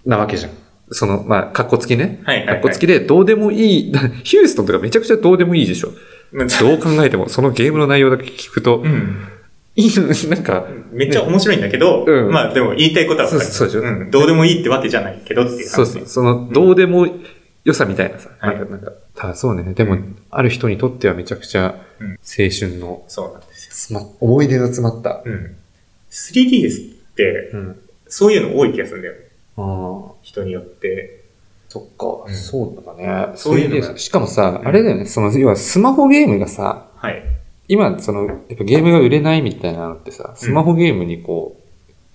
Speaker 3: な
Speaker 2: なわけじゃん。その、まあ、カッコつきね。
Speaker 3: はいはい、
Speaker 2: カ
Speaker 3: はい。
Speaker 2: ッコつきで、どうでもいい。 ヒューストンとかめちゃくちゃどうでもいいでしょ。
Speaker 3: うん
Speaker 2: どう考えても、そのゲームの内容だけ聞くと
Speaker 3: う、ん。
Speaker 2: いい、 なんか、
Speaker 3: めっちゃ面白いんだけど、
Speaker 2: うん
Speaker 3: まあでも言いたいことは分かる
Speaker 2: そうそうでしょ
Speaker 3: ん。どうでもいいってわけじゃないけどっていう
Speaker 2: そう
Speaker 3: 話。
Speaker 2: そう、その、どうでも良さみたいなさ、
Speaker 3: はい
Speaker 2: なんか、なんか、たそうね、でも、
Speaker 3: うん
Speaker 2: ある人にとってはめちゃくちゃ、
Speaker 3: うん
Speaker 2: 青春の、
Speaker 3: そうなんですよ。
Speaker 2: 詰ま思い出の詰まった。
Speaker 3: うん。3DS って、
Speaker 2: うん。
Speaker 3: そういうの多い気がするんだよね。
Speaker 2: ああ、
Speaker 3: 人によって。
Speaker 2: そっか、
Speaker 3: うん
Speaker 2: そうだね。
Speaker 3: そういうのが
Speaker 2: 3DS しかもさ、
Speaker 3: うん
Speaker 2: あれだよね、その、要はスマホゲームがさ、
Speaker 3: はい。
Speaker 2: 今、その、やっぱゲームが売れないみたいなのってさ、スマホゲームにこ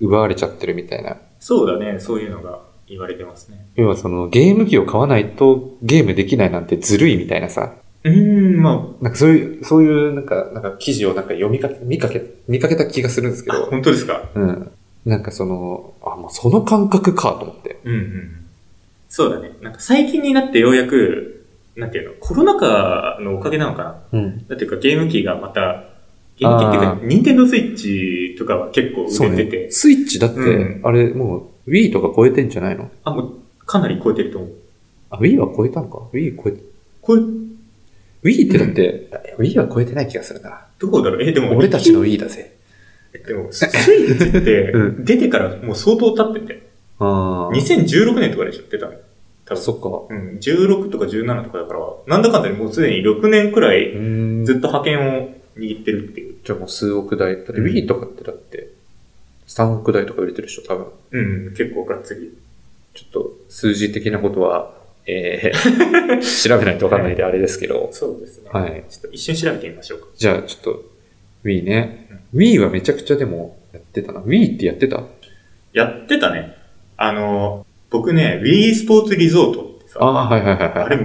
Speaker 2: う、奪われちゃってるみたいな。
Speaker 3: そうだね、そういうのが言われてますね。
Speaker 2: 要はその、ゲーム機を買わないとゲームできないなんてずるいみたいなさ、
Speaker 3: うーん、ま
Speaker 2: なんかそういう、そういうなんか、なんか記事をなんか読みかけ、見かけ、見かけた気がするんですけ
Speaker 3: あ、あ
Speaker 2: ど、
Speaker 3: 本当ですか
Speaker 2: うん。なんかその、あ、もうその感覚かと思って。
Speaker 3: うんうん。そうだね。なんか最近になってようやく、なんていうの、コロナ禍のおかげなのかな
Speaker 2: うん。
Speaker 3: だっていうかゲーム機がまた、ゲーム機っていう
Speaker 2: あ
Speaker 3: か、ニンテンドースイッチとかは結構
Speaker 2: そう
Speaker 3: 売れてて、
Speaker 2: ね。スイッチだって、
Speaker 3: うん
Speaker 2: あれもう Wii とか超えてんじゃないの
Speaker 3: あ、もうかなり超えてると思う。
Speaker 2: あ、Wii は超えたのか ?Wii 超え、
Speaker 3: これ、
Speaker 2: Wii ってだって、Wii は超えてない気がするな。
Speaker 3: どうだろうえ、でも、
Speaker 2: 俺たちの Wii だぜ。
Speaker 3: でも、スイッチって
Speaker 2: う、
Speaker 3: 出てからもう相当経ってて、
Speaker 2: ああ。
Speaker 3: 2016年とかでしょ、出たの。多分。
Speaker 2: そっか。
Speaker 3: うん、16とか17とかだから、なんだかんだでもうすでに6年くらい
Speaker 2: ん
Speaker 3: ずっと派遣を握ってるっていう。
Speaker 2: じゃあもう数億台。だって
Speaker 3: うん
Speaker 2: Wii とかってだって、3億台とか売れてるでしょ、多分。
Speaker 3: うん、結構がっつり。
Speaker 2: ちょっと数字的なことは、えー 調べないとわかんないであれですけど。
Speaker 3: そうですね。
Speaker 2: はい。
Speaker 3: ちょっと一瞬調べてみましょうか。
Speaker 2: じゃあちょっと、Wii ね。Wii はめちゃくちゃでもやってたな。Wii ってやってた
Speaker 3: やってたね。あの、僕ね、Wii スポーツリゾートってさ、
Speaker 2: ああ、はいはいはいはい。
Speaker 3: あれ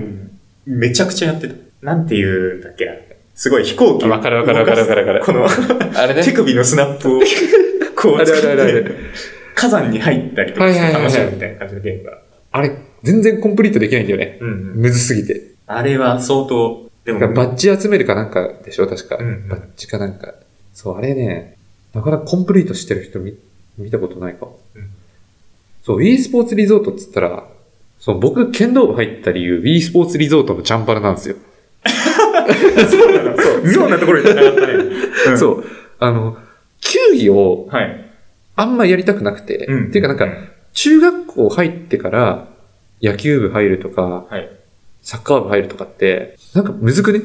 Speaker 3: めちゃくちゃやってた。なんて言うんだっけな。すごい飛行機を動す。
Speaker 2: わかるわかるわかるわかるわか
Speaker 3: この
Speaker 2: あれね
Speaker 3: 手首のスナップを、こ
Speaker 2: あ
Speaker 3: う
Speaker 2: れ
Speaker 3: 使
Speaker 2: あれあ
Speaker 3: っ
Speaker 2: れあ
Speaker 3: て、
Speaker 2: れ。
Speaker 3: 火山に入ったりとかして楽しむみたいな感じのゲームが。
Speaker 2: あれ、全然コンプリートできないんだよね。
Speaker 3: うんうん
Speaker 2: むずすぎて。
Speaker 3: あれは相当、で
Speaker 2: なんかバッジ集めるかなんかでしょ確か。
Speaker 3: うんうん
Speaker 2: バッジかなんか。そう、あれね、なかなかコンプリートしてる人見見たことないかも。
Speaker 3: うん
Speaker 2: そう、e スポーツリゾートっつったら、そう、僕、剣道部入った理由、e スポーツリゾートのチャンバラなんですよ。
Speaker 3: そうなのそう。妙なところに繋がったね。う ん
Speaker 2: そう。あの、球技を
Speaker 3: はい。
Speaker 2: あんまやりたくなくて、
Speaker 3: うん
Speaker 2: っていうかなんか、中学校入ってから野球部入るとか、
Speaker 3: はい
Speaker 2: サッカー部入るとかって、なんかむずくね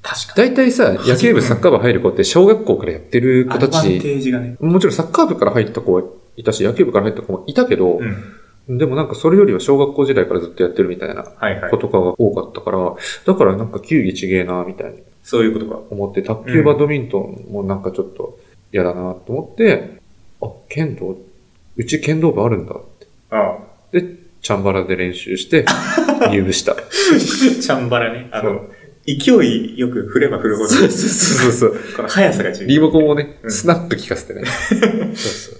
Speaker 3: 確か
Speaker 2: 大体さ、野球部、サッカー部入る子って小学校からやってる
Speaker 3: に。
Speaker 2: 子
Speaker 3: ア
Speaker 2: た
Speaker 3: ドバンテ
Speaker 2: ち、
Speaker 3: ージがね。
Speaker 2: もちろんサッカー部から入った子はいたし、野球部から入った子もいたけど
Speaker 3: う、ん。
Speaker 2: でもなんかそれよりは小学校時代からずっとやってるみたいな
Speaker 3: はいはい
Speaker 2: 子。とかが多かったから、だからなんか球技ちげえな、みたいに
Speaker 3: そういうことか。
Speaker 2: 思って、卓球バドミントンもなんかちょっと嫌だなと思って、あ、剣道、うち剣道部あるんだって。
Speaker 3: ああ。
Speaker 2: で、チャンバラで練習して、入部 した。
Speaker 3: チャンバラね。あの、勢いよく振れば振るほど、
Speaker 2: そうそうそうそう。
Speaker 3: この速さが重要。
Speaker 2: リモコンをね、
Speaker 3: うん
Speaker 2: スナップ効かせて ね。そうそう。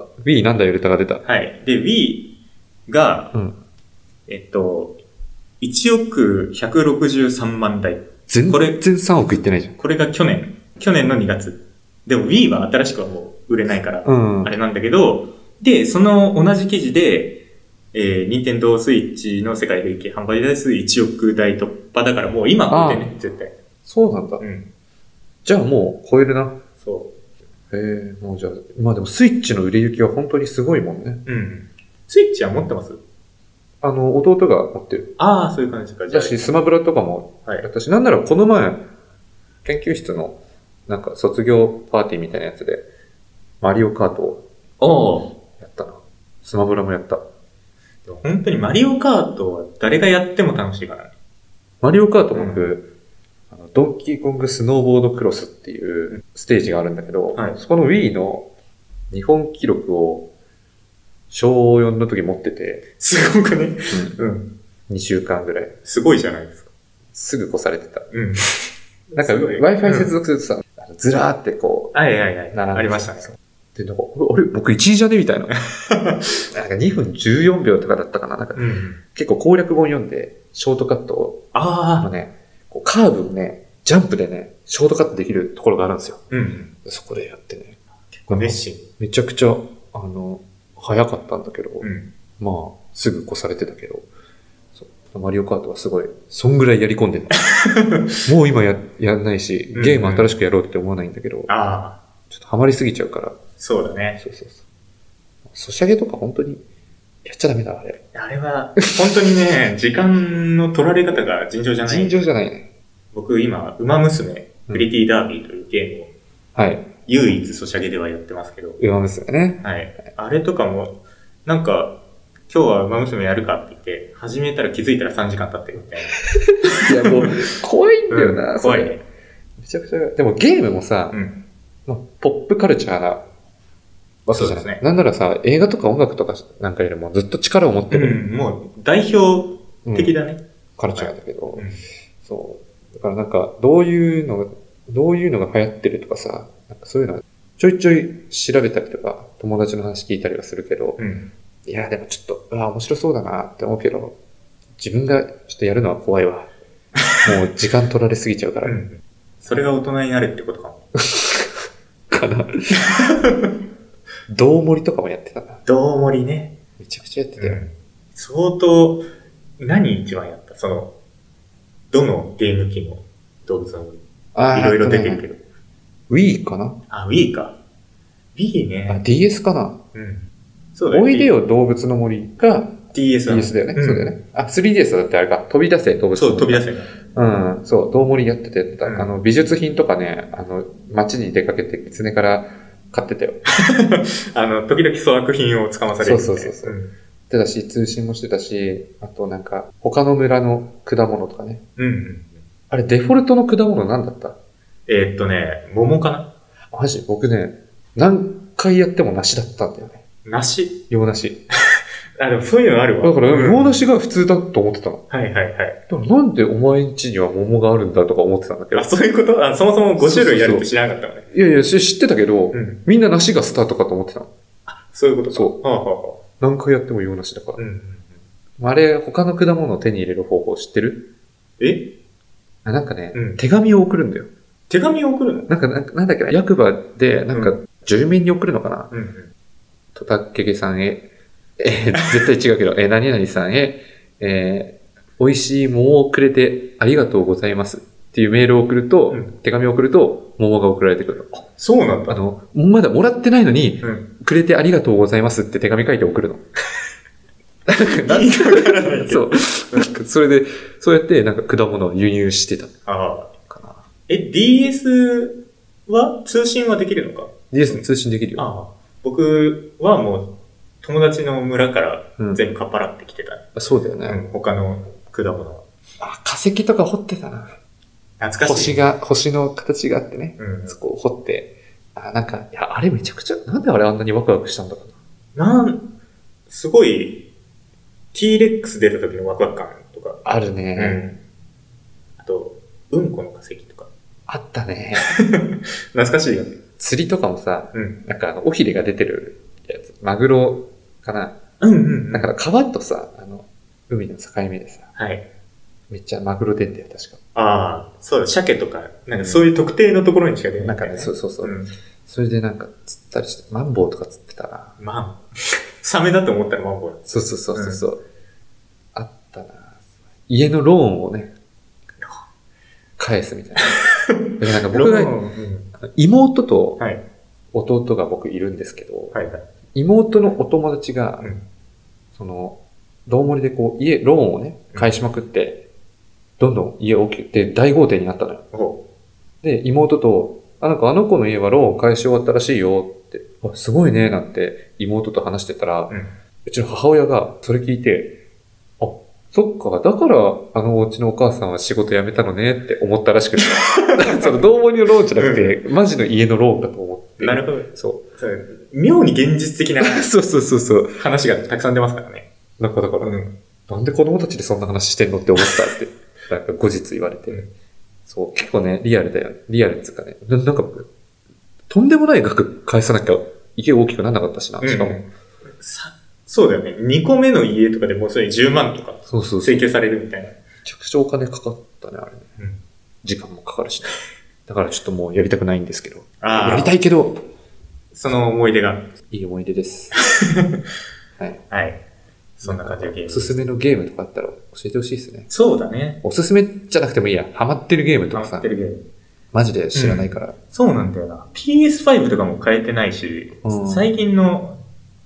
Speaker 2: あ、Wii なんだよ、ルタが出た。
Speaker 3: はい。で、Wii が、
Speaker 2: うん。
Speaker 3: えっと、1億163万台。
Speaker 2: 全
Speaker 3: こ
Speaker 2: 然
Speaker 3: れ
Speaker 2: 3億いってないじゃん。
Speaker 3: これが去年、去年の2月。でも Wii は新しくはもう売れないから、
Speaker 2: うん
Speaker 3: あ。れなんだけど、で、その同じ記事で、えー、任天堂スイッチの世界累計販売台数1億台突破だからもう今超えてね、絶対。
Speaker 2: そうなんだ。
Speaker 3: うん。
Speaker 2: じゃあもう超えるな。
Speaker 3: そ
Speaker 2: へえ、もうじゃあ、まあでもスイッチの売れ行きは本当にすごいもんね。
Speaker 3: う。うん。スイッチは持ってます
Speaker 2: あの、弟が持ってる。
Speaker 3: ああ、そういう感じか。じゃ
Speaker 2: だし、スマブラとかも、
Speaker 3: あ、はい。
Speaker 2: 私なんならこの前、研究室の、なんか卒業パーティーみたいなやつで、マリオカートを
Speaker 3: おお。
Speaker 2: やったな。スマブラもやった。
Speaker 3: でも本当にマリオカートは誰がやっても楽しいからね。
Speaker 2: マリオカート僕、あのドンキーコングスノーボードクロスっていうステージがあるんだけど、
Speaker 3: はい
Speaker 2: そこの Wii の日本記録を小4の時持ってて、
Speaker 3: すごくね。うん。
Speaker 2: 2週間ぐらい。
Speaker 3: すごいじゃないですか。
Speaker 2: すぐ越されてた。
Speaker 3: うん。
Speaker 2: なんか
Speaker 3: すごい
Speaker 2: Wi-Fi 接続するとさ、あのずらーってこ
Speaker 3: はいはいはい。
Speaker 2: う、並んで
Speaker 3: ありましたね。。
Speaker 2: で、なんか、あれ僕1位じゃねみたいな。 なんか2分14秒とかだったかな。なんか
Speaker 3: うん。
Speaker 2: 結構攻略本読んで、ショートカットを、あ
Speaker 3: ああ。
Speaker 2: のね、こうカーブをね、ジャンプでね、ショートカットできるところがあるんですよ。
Speaker 3: うん。
Speaker 2: そこでやってね。結
Speaker 3: 熱心。
Speaker 2: めちゃくちゃ、あの、早かったんだけど、
Speaker 3: うん。
Speaker 2: まあ、すぐ越されてたけど、そうマリオカートはすごい、そんぐらいやり込んで た。もう今や、やんないし、ゲーム新しくやろうって思わないんだけど、ちょ
Speaker 3: ああ。
Speaker 2: っとハマりすぎちゃうから、
Speaker 3: そうだね。
Speaker 2: そうそうそう。ソシャゲとか本当に、やっちゃダメだ、あれ。
Speaker 3: あれは、本当にね、時間の取られ方が尋常じゃな
Speaker 2: 尋
Speaker 3: い。
Speaker 2: 常じゃないね。
Speaker 3: 僕今、馬娘、プリティダービーというゲームを
Speaker 2: はい。
Speaker 3: 唯一ソシャゲではやってますけど。
Speaker 2: ウマ娘ね。
Speaker 3: はい。あれとかも、なんか、今日は馬娘やるかって言って、始めたら気づいたら3時間経ってるみたい
Speaker 2: いや、もう、怖いんだよ
Speaker 3: な。
Speaker 2: な、
Speaker 3: うん
Speaker 2: そ
Speaker 3: 怖
Speaker 2: れ
Speaker 3: いね。
Speaker 2: めちゃくちゃ、でもゲームもさ、
Speaker 3: うん。
Speaker 2: まあ、ポップカルチャーなわけじゃ
Speaker 3: そう
Speaker 2: な
Speaker 3: で
Speaker 2: い、
Speaker 3: すね
Speaker 2: なんならさ、映画とか音楽とかなんかよりもずっと力を持って
Speaker 3: う
Speaker 2: る、
Speaker 3: ん、もう代表
Speaker 2: うん
Speaker 3: 的だね。
Speaker 2: カルチャーだけど、
Speaker 3: うん
Speaker 2: そう。だからなんか、どういうのが、どういうのが流行ってるとかさ、なんかそういうのはちょいちょい調べたりとか、友達の話聞いたりはするけど、
Speaker 3: うん。
Speaker 2: いや、でもちょっと、うわ、面白そうだなって思うけど、自分がちょっとやるのは怖いわ。もう時間取られすぎちゃうから
Speaker 3: う、ん。それが大人になるってことかも。
Speaker 2: か な。どうもりとかもやってたな。
Speaker 3: どうもりね。
Speaker 2: めちゃくちゃやってた
Speaker 3: う
Speaker 2: よ。
Speaker 3: ん。相当、何一番やったその、どのゲーム機も動物の森。
Speaker 2: あー
Speaker 3: いろいろ出てる
Speaker 2: えっ
Speaker 3: けど。
Speaker 2: とね Wii かな
Speaker 3: あ、Wii か。Wii
Speaker 2: あ、
Speaker 3: ね。
Speaker 2: DS かな
Speaker 3: うん。そうだね。
Speaker 2: おいでよ動物の森が
Speaker 3: DS だ
Speaker 2: DS だよね。
Speaker 3: うん
Speaker 2: そうだよね。あ、3DS だってあれか。飛び出せ動物
Speaker 3: そう、飛び出
Speaker 2: せ。
Speaker 3: せない。
Speaker 2: うん。そう、どうもりやっててやってた、
Speaker 3: うん
Speaker 2: あの、美術品とかね、あの、街に出かけて狐から買ってたよ。
Speaker 3: あの、時々粗悪品を捕まされるみた
Speaker 2: そ
Speaker 3: いな。
Speaker 2: うそうそうそうんしてたし、通信もしてたし、あとなんか、他の村の果物とかね。
Speaker 3: うんうん。
Speaker 2: あれ、デフォルトの果物なんだった
Speaker 3: えーっとね、桃かな
Speaker 2: マジ僕ね、何回やっても梨だったんだよね。
Speaker 3: 梨
Speaker 2: 洋梨。
Speaker 3: あ、でもそういうのあるわ。
Speaker 2: だから、
Speaker 3: うん
Speaker 2: 洋梨が普通だと思ってたの。
Speaker 3: はいはいはい。
Speaker 2: でもなんでお前ん家には桃があるんだとか思ってたんだけど
Speaker 3: あ、。そういうことあ、そもそも5種類やるって知らなかったもんね。
Speaker 2: いやいや、し知ってたけど、
Speaker 3: うん。
Speaker 2: みんな梨がスタートかと思ってたの。
Speaker 3: そういうことか。。
Speaker 2: そう
Speaker 3: はあ、は
Speaker 2: 何回やっても洋梨だか
Speaker 3: あ、はあ。うんうんうん。
Speaker 2: ら。あれ、他の果物を手に入れる方法知ってる
Speaker 3: え
Speaker 2: あなんかね、
Speaker 3: うん
Speaker 2: 手紙を送るんだよ。
Speaker 3: 手紙を送るの
Speaker 2: なんか、なんかなんだっけな、役場で、なんか、住民に送るのかな、
Speaker 3: うんうん。
Speaker 2: トタケケさんへ、えー絶対違うけど、えー何々さんへ、えー美味しい桃をくれてありがとうございますっていうメールを送ると、
Speaker 3: うん
Speaker 2: 手紙を送ると、桃が送られてくるの。
Speaker 3: そうなん
Speaker 2: あ
Speaker 3: だ。
Speaker 2: の、まだもらってないのに、
Speaker 3: うん。
Speaker 2: くれてありがとうございますって手紙書いて送るの。
Speaker 3: 何かわからないけ
Speaker 2: そ
Speaker 3: ど。
Speaker 2: う。なんか、それで、そうやって、なんか果物を輸入してた
Speaker 3: ああ。
Speaker 2: かな。
Speaker 3: え、DS は通信はできるのか
Speaker 2: DS 通信できるよ。
Speaker 3: ああ。僕はもう、友達の村から
Speaker 2: うん
Speaker 3: 全部かっぱらってきてた。
Speaker 2: あそうだよね。
Speaker 3: うん、他の果物は。
Speaker 2: あ、化石とか掘ってたな。
Speaker 3: 懐かし
Speaker 2: 星
Speaker 3: い。
Speaker 2: が、星の形があってね。
Speaker 3: うん。
Speaker 2: そこを掘って、あ、なんか、いや、あれめちゃくちゃ、なんであれあんなにワクワクしたんだろうな。
Speaker 3: なん、すごい、T-Rex 出た時のワクワク感とか。
Speaker 2: ある
Speaker 3: う
Speaker 2: ね。
Speaker 3: ん。あと、うんこの化石とか。
Speaker 2: あったね。
Speaker 3: 懐かしいよね。
Speaker 2: 釣りとかもさ、
Speaker 3: うん。
Speaker 2: なんかあの、尾ひれが出てるやつ、マグロかな。
Speaker 3: うんうん
Speaker 2: だから川とさ、あの、海の境目でさ、
Speaker 3: はい。
Speaker 2: めっちゃマグロ出んだよ、確か。
Speaker 3: ああ、そうだ、鮭とか、なんかそういう特定のところにしか出ない
Speaker 2: なん
Speaker 3: みた
Speaker 2: か
Speaker 3: い
Speaker 2: ね、そうそうそう。
Speaker 3: うん。
Speaker 2: それでなんか釣ったりして、マンボウとか釣ってたな。
Speaker 3: まあ、 サメだと思ったらマンボウだ。
Speaker 2: そうそうそうそうそう、あったな。家のローンをね、返すみたいな。でなんか僕
Speaker 3: ロ
Speaker 2: が、
Speaker 3: ンうん
Speaker 2: 妹と
Speaker 3: はい。
Speaker 2: 弟が僕いるんですけど、
Speaker 3: はいはい。
Speaker 2: 妹のお友達が、
Speaker 3: うん
Speaker 2: その、どうもりでこう、家、ローンをね、返しまくって、どんどん家大きくて大豪邸になったのよ。
Speaker 3: お
Speaker 2: で、妹と、あ、なんかあの子の家はローン返し終わったらしいよって、あ、すごいね、なんて妹と話してたら、
Speaker 3: うん
Speaker 2: うちの母親がそれ聞いて、あ、そっか、だからあのうちのお母さんは仕事辞めたのねって思ったら しくて、そのどうもりのローンじゃなくて、マジの家のローンだと思って。
Speaker 3: なるほど。
Speaker 2: そ
Speaker 3: そう妙に現実的な
Speaker 2: う。 そうそうそうそう。
Speaker 3: 話がたくさん出ますからね。
Speaker 2: なんかだから、
Speaker 3: うん。
Speaker 2: なんで子供たちでそんな話してんのって思った って、なんか後日言われて。
Speaker 3: うん
Speaker 2: そう、結構ね、リアルだよ。リアルっていうかね、ななんか、とんでもない額返さなきゃ家大きくならなかったしな、しかも。
Speaker 3: うんさそうだよね。2個目の家とかでもうそれ10万とか
Speaker 2: そうそうそう。
Speaker 3: 請
Speaker 2: め
Speaker 3: 求されるみたいな。
Speaker 2: ちゃくちゃお金かかったね、あれね。
Speaker 3: うん
Speaker 2: 時間もかかるしね。だからちょっともうやりたくないんですけど。
Speaker 3: ああ、
Speaker 2: やりたいけど、
Speaker 3: その思い出が。
Speaker 2: いい思い出です。はい。
Speaker 3: はい。そんな感じのゲーム
Speaker 2: お
Speaker 3: です
Speaker 2: すめのゲームとかあったら教えてほしいですね。
Speaker 3: そうだね。
Speaker 2: おすすめじゃなくてもいいや。ハマってるゲームと
Speaker 3: ハ
Speaker 2: か
Speaker 3: マ
Speaker 2: さ
Speaker 3: って、るゲーム。
Speaker 2: マジで知らないから。
Speaker 3: そうなんだよな。PS5 とかも変えてないし、
Speaker 2: うん
Speaker 3: 最近の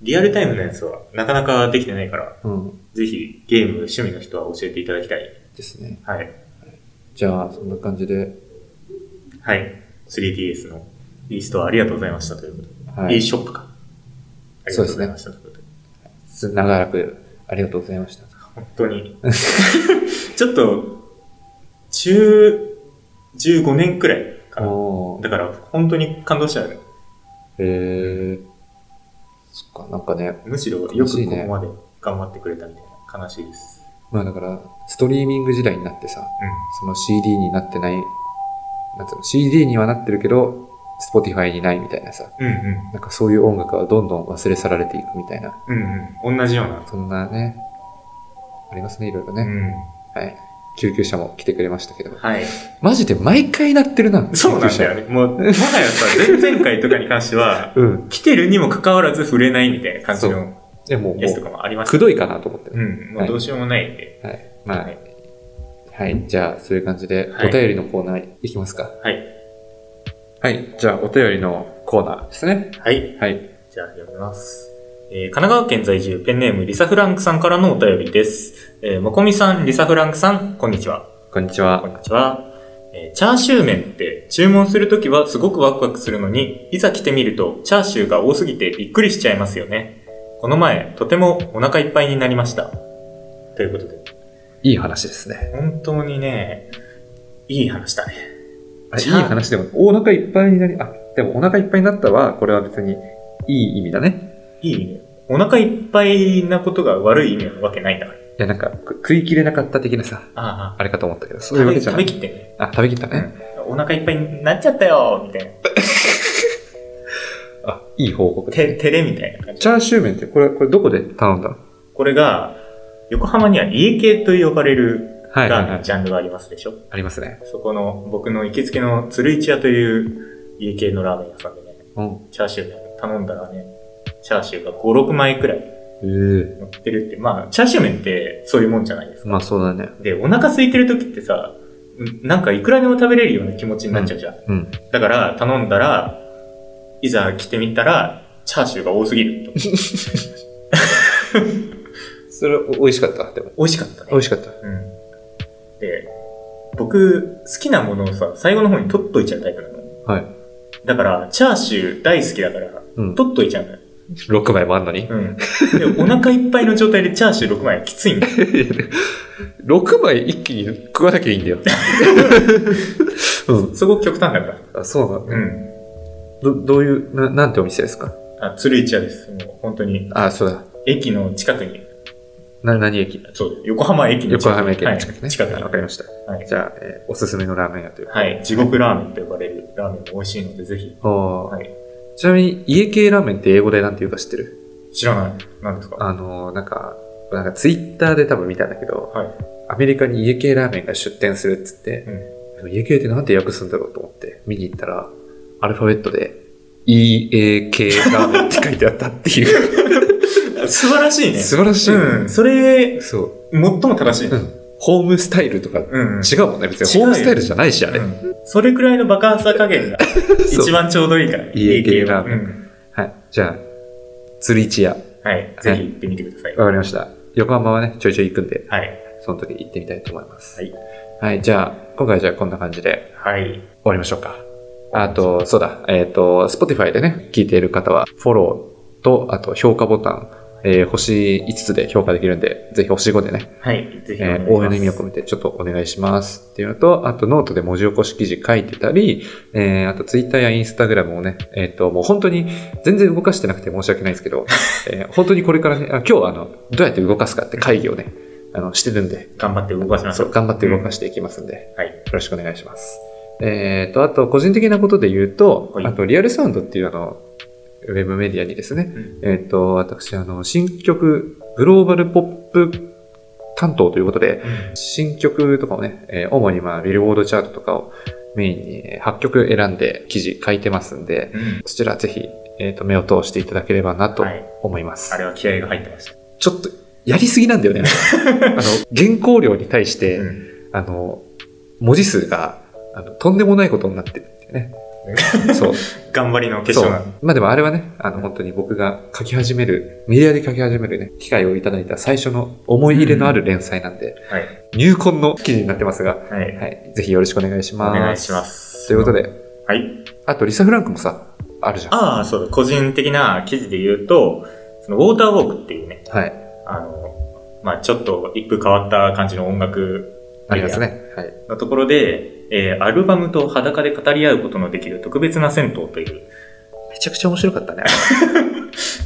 Speaker 3: リアルタイムのやつはなかなかできてないから、
Speaker 2: うん。
Speaker 3: ぜひゲーム趣味の人は教えていただきたい。
Speaker 2: ですね。
Speaker 3: はい。
Speaker 2: じゃあ、そんな感じで。
Speaker 3: はい。3DS のイーストアありがとうございましたということで。
Speaker 2: はい
Speaker 3: e ショップか。ありがとうございましたということで。
Speaker 2: 長らくありがとうございました。
Speaker 3: 本当に。 ちょっと、中、15年くらいかな。
Speaker 2: おー
Speaker 3: だから、本当に感動しちゃう。
Speaker 2: へえそっか、なんかね、
Speaker 3: むしろ、よ
Speaker 2: 悲し
Speaker 3: く
Speaker 2: い
Speaker 3: こ
Speaker 2: ね
Speaker 3: こまで頑張ってくれたみたいな。悲しいです。
Speaker 2: まあだから、ストリーミング時代になってさ、
Speaker 3: うん。
Speaker 2: その CD になってない、なんつうの、CD にはなってるけど、Spotify にないみたいなさ、
Speaker 3: うん
Speaker 2: なんかそういう音楽はどんどん忘れ去られていくみたいな、
Speaker 3: うん。うんうん。同じような。
Speaker 2: そんなね、ありますね、いろいろ
Speaker 3: う
Speaker 2: ね。
Speaker 3: ん。
Speaker 2: はい。救急車も来てくれましたけど。
Speaker 3: はい。
Speaker 2: マジで毎回なってるな。
Speaker 3: そうなんだよ
Speaker 2: ね。
Speaker 3: ね。もう、もはやさ、前々回とかに関して は、
Speaker 2: うん。
Speaker 3: 来てるにもかかわらず触れないみたいな感じの
Speaker 2: でもも
Speaker 3: やつと
Speaker 2: う、
Speaker 3: かもありました。
Speaker 2: くどいかなと思って。
Speaker 3: うん。もうどうしようもないんで。
Speaker 2: はい。ま
Speaker 3: は
Speaker 2: あ
Speaker 3: い、
Speaker 2: はい。じゃあ、そういう感じで、
Speaker 3: はい
Speaker 2: お便りのコーナーいきますか。
Speaker 3: はい。
Speaker 2: はい。じゃあ、お便りのコーナーですね。
Speaker 3: はい。
Speaker 2: はい。
Speaker 3: じゃあ読みます。えー神奈川県在住、ペンネーム、リサ・フランクさんからのお便りです。えー、もこみさん、リサ・フランクさん、こんにちは。
Speaker 2: こんにち
Speaker 3: こん
Speaker 2: は。
Speaker 3: にちは。えーチャーシュー麺って注文するときはすごくワクワクするのに、いざ来てみるとチャーシューが多すぎてびっくりしちゃいますよね。この前、とてもお腹いっぱいになりました。ということで、
Speaker 2: いい話ですね。
Speaker 3: 本当にね、いい話だね。
Speaker 2: あいい
Speaker 3: じゃあ
Speaker 2: 話でも、お腹いっぱいになり、あ、でもお腹いっぱいになったは、これは別にいい意味だね。
Speaker 3: いい意味だよお腹いっぱいなことが悪い意味なわけないんだから。
Speaker 2: いや、なんか、く食い切れなかった的なさ、
Speaker 3: ああ、
Speaker 2: あれかと思ったけど、そういう
Speaker 3: 食
Speaker 2: わ
Speaker 3: べ
Speaker 2: けじゃな
Speaker 3: 食べ
Speaker 2: い。
Speaker 3: きってね。
Speaker 2: あ、食べきったね。
Speaker 3: お腹いっぱいになっちゃったよみたいな。
Speaker 2: あ、いい報告だ
Speaker 3: て、
Speaker 2: ね。
Speaker 3: てれみたいな感じ。
Speaker 2: チャーシュー麺って、これ、これどこで頼んだの
Speaker 3: これが、横浜には家系と呼ばれる
Speaker 2: はい、はい、
Speaker 3: ラー
Speaker 2: は
Speaker 3: メン、
Speaker 2: い。
Speaker 3: ジャンルがありますでしょ
Speaker 2: ありますね。
Speaker 3: そこの、僕の行きつけの鶴市屋という家系のラーメン屋さんでね、
Speaker 2: うん。
Speaker 3: チャーシュー麺頼んだらね、チャーシューが5、6枚くらい
Speaker 2: ええ
Speaker 3: 乗ってるって、まあ、チャーシュー麺ってそういうもんじゃないですか。
Speaker 2: まあそうだね。
Speaker 3: で、お腹空いてる時ってさ、んなんかいくらでも食べれるような気持ちになっちゃうじゃん。
Speaker 2: うん。
Speaker 3: だから、頼んだら、いざ来てみたら、チャーシューが多すぎると。
Speaker 2: それ、お美味しかった。でも。
Speaker 3: 美味しかったね。
Speaker 2: 美味しかった。
Speaker 3: うん。で、僕、好きなものをさ、最後の方に取っといちゃうタイプなの。
Speaker 2: はい。
Speaker 3: だから、チャーシュー大好きだから、
Speaker 2: うん。
Speaker 3: 取っといちゃうのよ。
Speaker 2: 6枚もあんのに。
Speaker 3: うん。で、お腹いっぱいの状態でチャーシュー6枚はきついんだよ。
Speaker 2: 6枚一気に食わなきゃいいん だよ。うん。
Speaker 3: すごく極端だから。
Speaker 2: あ、そうなんだ。
Speaker 3: うん。
Speaker 2: ど、どういう、ななんてお店ですか
Speaker 3: あ、鶴市屋です。もう本当に。
Speaker 2: あ、そうだ。
Speaker 3: 駅の近くに。
Speaker 2: な、何駅
Speaker 3: そう、横浜駅の
Speaker 2: 横
Speaker 3: 近く
Speaker 2: 浜駅の
Speaker 3: はい
Speaker 2: 近くね。
Speaker 3: 近く
Speaker 2: あ
Speaker 3: に。
Speaker 2: わかりました。
Speaker 3: はい
Speaker 2: じゃあ、えーおすすめのラーメン屋ということで
Speaker 3: はい。地獄ラーメンと呼ばれるラーメンも美味しいので、ぜひ。
Speaker 2: ああ、
Speaker 3: はい。
Speaker 2: ちなみに、家系ラーメンって英語でなんて言うか知ってる
Speaker 3: 知らない。何ですか
Speaker 2: あのー、なんか、なんかツイッターで多分見たんだけど、
Speaker 3: はい。
Speaker 2: アメリカに家系ラーメンが出店するっつって、
Speaker 3: うん。
Speaker 2: でも家系ってなんて訳すんだろうと思って見に行ったら、アルファベットで EAK ラーメンって書いてあったっていう。
Speaker 3: 素晴らしいね。
Speaker 2: 素晴らしい、
Speaker 3: うん。それ、
Speaker 2: そう。
Speaker 3: 最も正しいね。
Speaker 2: ホームスタイルとか違
Speaker 3: うん。
Speaker 2: うもんね。別に
Speaker 3: 違
Speaker 2: ホー
Speaker 3: うよ
Speaker 2: ムスタイルじゃないし、あれ。
Speaker 3: うんそれくらいの爆発さ加減が
Speaker 2: そう
Speaker 3: 一番ちょうどいいから、ね、
Speaker 2: 家系ラーメン
Speaker 3: ン。
Speaker 2: はい。じゃあ、釣り市屋。
Speaker 3: はい。ぜひ行ってみてください。
Speaker 2: わかりました。横浜はね、ちょいちょい行くんで、
Speaker 3: はい。
Speaker 2: その時行ってみたいと思います。
Speaker 3: はい。
Speaker 2: はい。じゃあ、今回じゃあこんな感じで
Speaker 3: はい。
Speaker 2: 終わりましょうか。あと、そうだ、えっ、と、Spotify でね、聞いている方は、フォローと、あと、評価ボタン、えー星5つで評価できるんで、ぜひ星5でね、
Speaker 3: はい。ぜひお
Speaker 2: え
Speaker 3: 願いしま
Speaker 2: ー
Speaker 3: す。
Speaker 2: 応援の意味を込めてちょっとお願いしますっていうのと、あと、ノートで文字起こし記事書いてたり、えーあと、Twitter や Instagram をね、えっ、と、もう本当に、全然動かしてなくて申し訳ないんですけ ど、えー本当にこれからね、あ今日はあの、どうやって動かすかって会議をね、あの、してるんで、
Speaker 3: 頑張って動かしまし
Speaker 2: そ
Speaker 3: ょう
Speaker 2: う、。頑張って動かしていきますんで、
Speaker 3: はい。
Speaker 2: よろしくお願いします。えっ、と、あと、個人的なことで言うと、
Speaker 3: はい
Speaker 2: あと、リアルサウンドっていうあの、ウェブメディアにですね、
Speaker 3: うん
Speaker 2: えっ、と、私、あの、新曲、グローバルポップ担当ということで、新曲とかをね、えー主にまあ、ビルボードチャートとかをメインにえー8曲選んで記事書いてますんで、
Speaker 3: うん
Speaker 2: そちらぜひ、えっ、と、目を通していただければなと
Speaker 3: はい
Speaker 2: 思います。
Speaker 3: あれは気合が入ってまし
Speaker 2: ちょっと、やりすぎなんだよ ね。あの、原稿料に対して、
Speaker 3: た。うん。
Speaker 2: あの、文字数が、あの、とんでもないことになってるっていうね。 そう。
Speaker 3: 頑張りの結
Speaker 2: そ
Speaker 3: 晶
Speaker 2: う
Speaker 3: なの。。
Speaker 2: まあでもあれはね、あの、本当に僕が書き始める、メディアで書き始めるね、機会をいただいた最初の思い入れのある連載なんで、
Speaker 3: はい。
Speaker 2: 入魂の記事になってますが、
Speaker 3: はい。
Speaker 2: はい。ぜひよろしくお願いし
Speaker 3: お
Speaker 2: ます。
Speaker 3: 願いしま。す。
Speaker 2: ということ。で、
Speaker 3: はい。
Speaker 2: あと、リサ・フランクもさ、あるじゃん。
Speaker 3: ああ、そうだ。個人的な記事で言うと、その、ウォーターウォークっていうね、
Speaker 2: はい。
Speaker 3: あの、まあちょっと一風変わった感じの音楽
Speaker 2: ありますね。はい。
Speaker 3: のところで、えーアルバムと裸で語り合うことのできる特別な銭湯という、
Speaker 2: めちゃくちゃ面白かったね。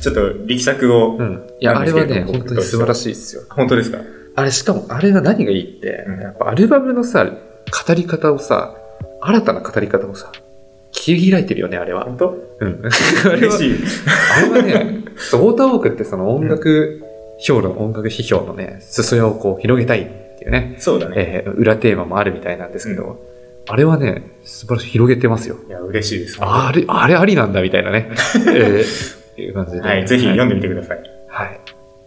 Speaker 3: ちょっと力作を、
Speaker 2: うん。いや、あれはね、
Speaker 3: なんですけど
Speaker 2: 本当に素晴らしいですよ。
Speaker 3: 本当ですか
Speaker 2: あれ、しかも、あれが何がいいって、
Speaker 3: うん
Speaker 2: やっぱアルバムのさ、語り方をさ、新たな語り方をさ、切り開いてるよね、あれは。
Speaker 3: 本当
Speaker 2: うん。あれ
Speaker 3: 嬉
Speaker 2: は、
Speaker 3: しい。
Speaker 2: あれはね、そうウォーターウォークってその音楽評論、音楽批評のね、裾野をこう広げたいっていうね、
Speaker 3: そうだね。
Speaker 2: えー裏テーマもあるみたいなんですけど、あれはね、素晴らしい、広げてますよ。
Speaker 3: いや、嬉しいです。
Speaker 2: あれ、あれありなんだみたいな ね。えー、いう感じで。
Speaker 3: はい、ぜひ読んでみてください。
Speaker 2: はい。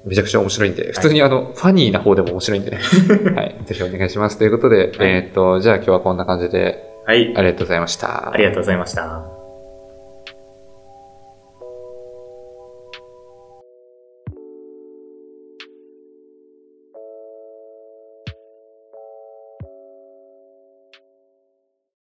Speaker 2: めちゃくちゃ面白いんで、普通にあの、ファニーな方でも面白いんで ね。はい。ぜひお願いします。ということで、
Speaker 3: はい
Speaker 2: えーっと、じゃあ今日はこんな感じで、
Speaker 3: はい
Speaker 2: あ、りがとうございました。
Speaker 3: ありがとうございました。